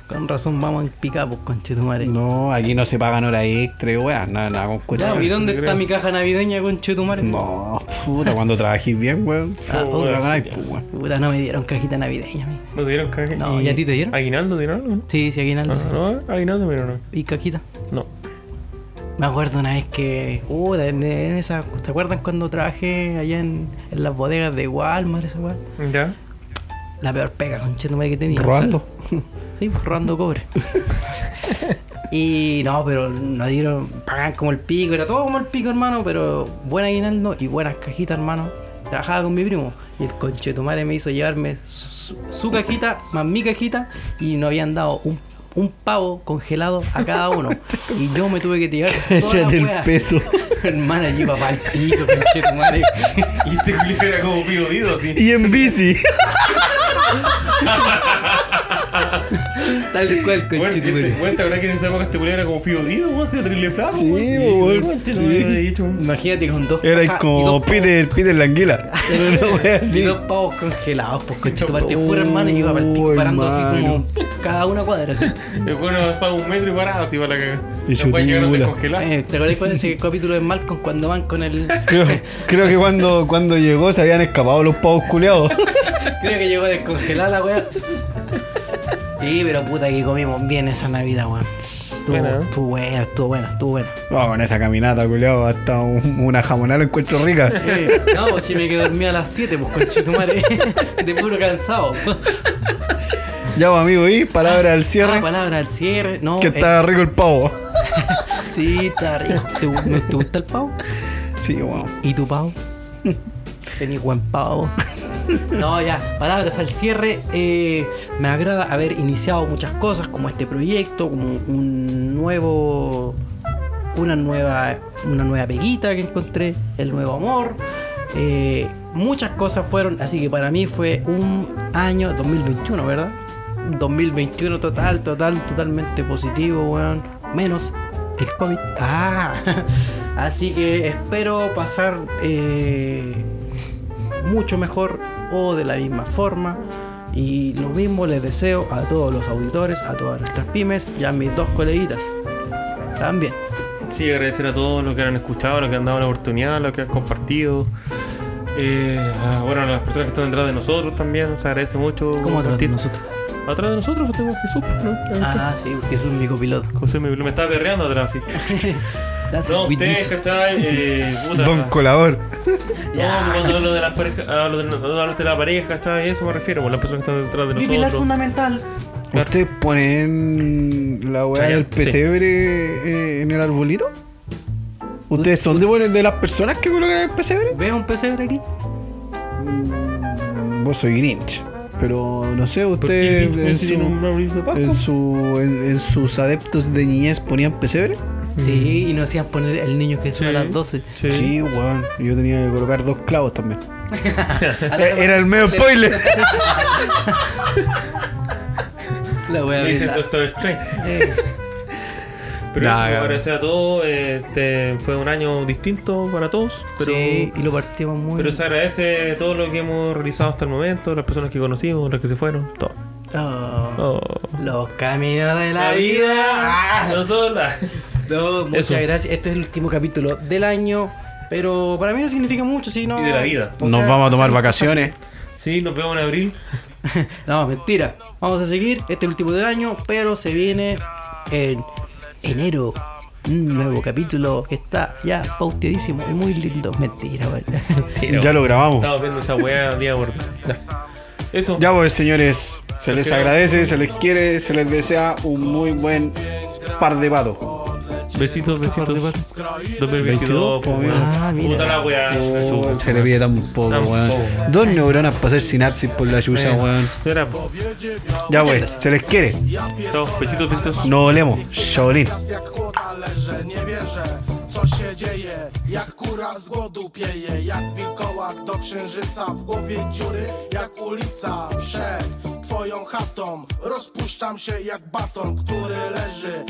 Con razón vamos en pica, pues, conchetumare. No, aquí no se pagan horas extra, weón. Nada, nada, con cuentas. Ya, ¿Y dónde creo. está mi caja navideña, conchetumare? No, puta, cuando trabajís bien, weón. Ah, puta, sí, ganáis, ya. pues, weón. Puta, no me dieron cajita navideña. mi. ¿No te dieron caja? No, ¿y a ti te dieron? ¿Aguinaldo dieron algo? no? Sí, sí, aquí en No, Aldo, sí. no, aguinaldo, pero no. Y cajita. No. Me acuerdo una vez que. Uh, en, en esa, ¿Te acuerdan cuando trabajé allá en, en las bodegas de Walmart, esa weá? ¿Ya? La peor pega, conchetumare, que tenía. Robando. Sí, pues, robando cobre. y no, pero nos dieron, pagaban como el pico, era todo como el pico, hermano, pero buen aguinaldo y buenas cajitas, hermano. Trabajaba con mi primo y el conchetumare me hizo llevarme su, su cajita más mi cajita y nos habían dado un, un pavo congelado a cada uno. y yo me tuve que tirar toda Ese la del wea. peso. Hermana, lleva para el pico, conchetumare. Y este clip era como bigotido, así. Y en bici. Tal cual, Bueno, y conchetumare. este- bueno, ¿te acuerdas que en esa época este culiao era como bigotido, weón? Se iba a terrible flaco, Sí, weón, Conchito, sí. me había dicho, weón. Imagínate con dos Era cajas y dos como pavos. Peter, Peter Languila. Era una wea Y así. dos pavos congelados, pues conchito, te juro, hermano, y iba para el pico Oh, parando así hermano. como cada una cuadra. Así. El weón avanzaba un metro y paraba así para la caga. Y se Después llegaron tibula. descongelados. Eh, ¿Te acordás cuál es ese capítulo de Malcolm cuando van con el. Creo, creo que cuando, cuando llegó se habían escapado los pavos culeados. Creo que llegó a descongelar la weá. Sí, pero puta que comimos bien esa Navidad, weón. Estuvo, Buena, ¿eh? estuvo buena, estuvo buena, estuvo buena. Vamos, con esa caminata, culeado, hasta un- una jamonada lo encuentro rica. Eh, no, pues si me quedé dormido a las 7, pues conchito madre. De puro cansado. Ya, pues, amigo, y palabra al Ah, cierre. palabra al cierre. No, Que eh, está rico el pavo. sí, está rico. ¿Te, gu- no- ¿Te gusta el pavo? Sí, wow. ¿Y tu pavo? Tenís buen pavo. No, ya, palabras al cierre. eh, me agrada haber iniciado muchas cosas, como este proyecto, como un nuevo. Una nueva. Una nueva peguita que encontré, el nuevo amor. eh, muchas cosas fueron, así que para mí fue un año 2021, ¿verdad? 2021 total, total, totalmente positivo, weón. Menos el COVID. Ah, así que espero pasar. eh, mucho mejor o de la misma forma. Y lo mismo les deseo a todos los auditores, a todas nuestras pymes y a mis dos coleguitas. También. Sí, agradecer a todos los que han escuchado, los que han dado la oportunidad, los que han compartido. Eh, ah, bueno, a las personas que están detrás de nosotros también, se agradece mucho. ¿Cómo compartir. tratan nosotros? Atrás de nosotros pues, tenemos Jesús, ¿no? Ah, sí, Jesús es mi copiloto. José me, me estaba perreando atrás, sí. That's No, it with ustedes, Jesus. ¿cachai? Eh, puta. Don Colador. No, cuando hablo de las parejas, hablo de, hablo de la pareja, está, eso me refiero, con las personas que están detrás de Mi pilar nosotros. fundamental. Claro. ¿Ustedes ponen la weá Allá, del sí. pesebre eh, en el arbolito? ¿Ustedes son de, buenas- de las personas que colocan el pesebre? ¿Ves un pesebre aquí? Vos soy Grinch. Pero no sé, Porque ustedes en, Grinch tiene un su- abrigo de Pascua. en su- en- en sus adeptos de niñez ponían pesebre. Sí, y nos hacían poner el niño Jesús Sí. a las 12. Sí. Sí, weón. Yo tenía que colocar dos clavos también. Eh, A la- Era el medio spoiler. La voy a Me dicen besar. Doctor Strange. Eh, Pero Nah, eso, cabrón. agradecer a todos. Este, fue un año distinto para todos, pero, sí, y lo partimos muy pero se agradece todo lo que hemos realizado hasta el momento, las personas que conocimos, las que se fueron, todo. Oh, Oh. Los caminos de la, vida. Ah. No sola. No, muchas Eso. gracias. Este es el último capítulo del año. Pero para mí no significa mucho, sino. Y de la vida. O Nos sea, vamos a tomar sí. vacaciones. Sí, nos vemos en abril. No, mentira. Vamos a seguir. Este es el último del año. Pero se viene en enero. Un nuevo capítulo que está ya pausteadísimo y muy lindo. Mentira, güey. Ya lo grabamos. Estamos viendo esa weá día por día. Ya. Eso. Oh. Ya pues señores, se les agradece, se les quiere, se les desea un muy buen par de patos. Besitos, besitos. 2022, pues, weón. Ah, mira. Puta la weá. Oh, se le pide tan poco, Tan weón. poco. Eh. Dos neuronas para hacer sinapsis por la chucha, weón. Era, Ya pues, se les quiere. chao. Besitos, besitos. Nos olemos. Shaolin. jak chłod, ale że nie wierzę co się dzieje Jak kura z głodu pieje Jak wilkołak do księżyca W głowie dziury jak ulica Przed twoją chatą Rozpuszczam się jak baton, który leży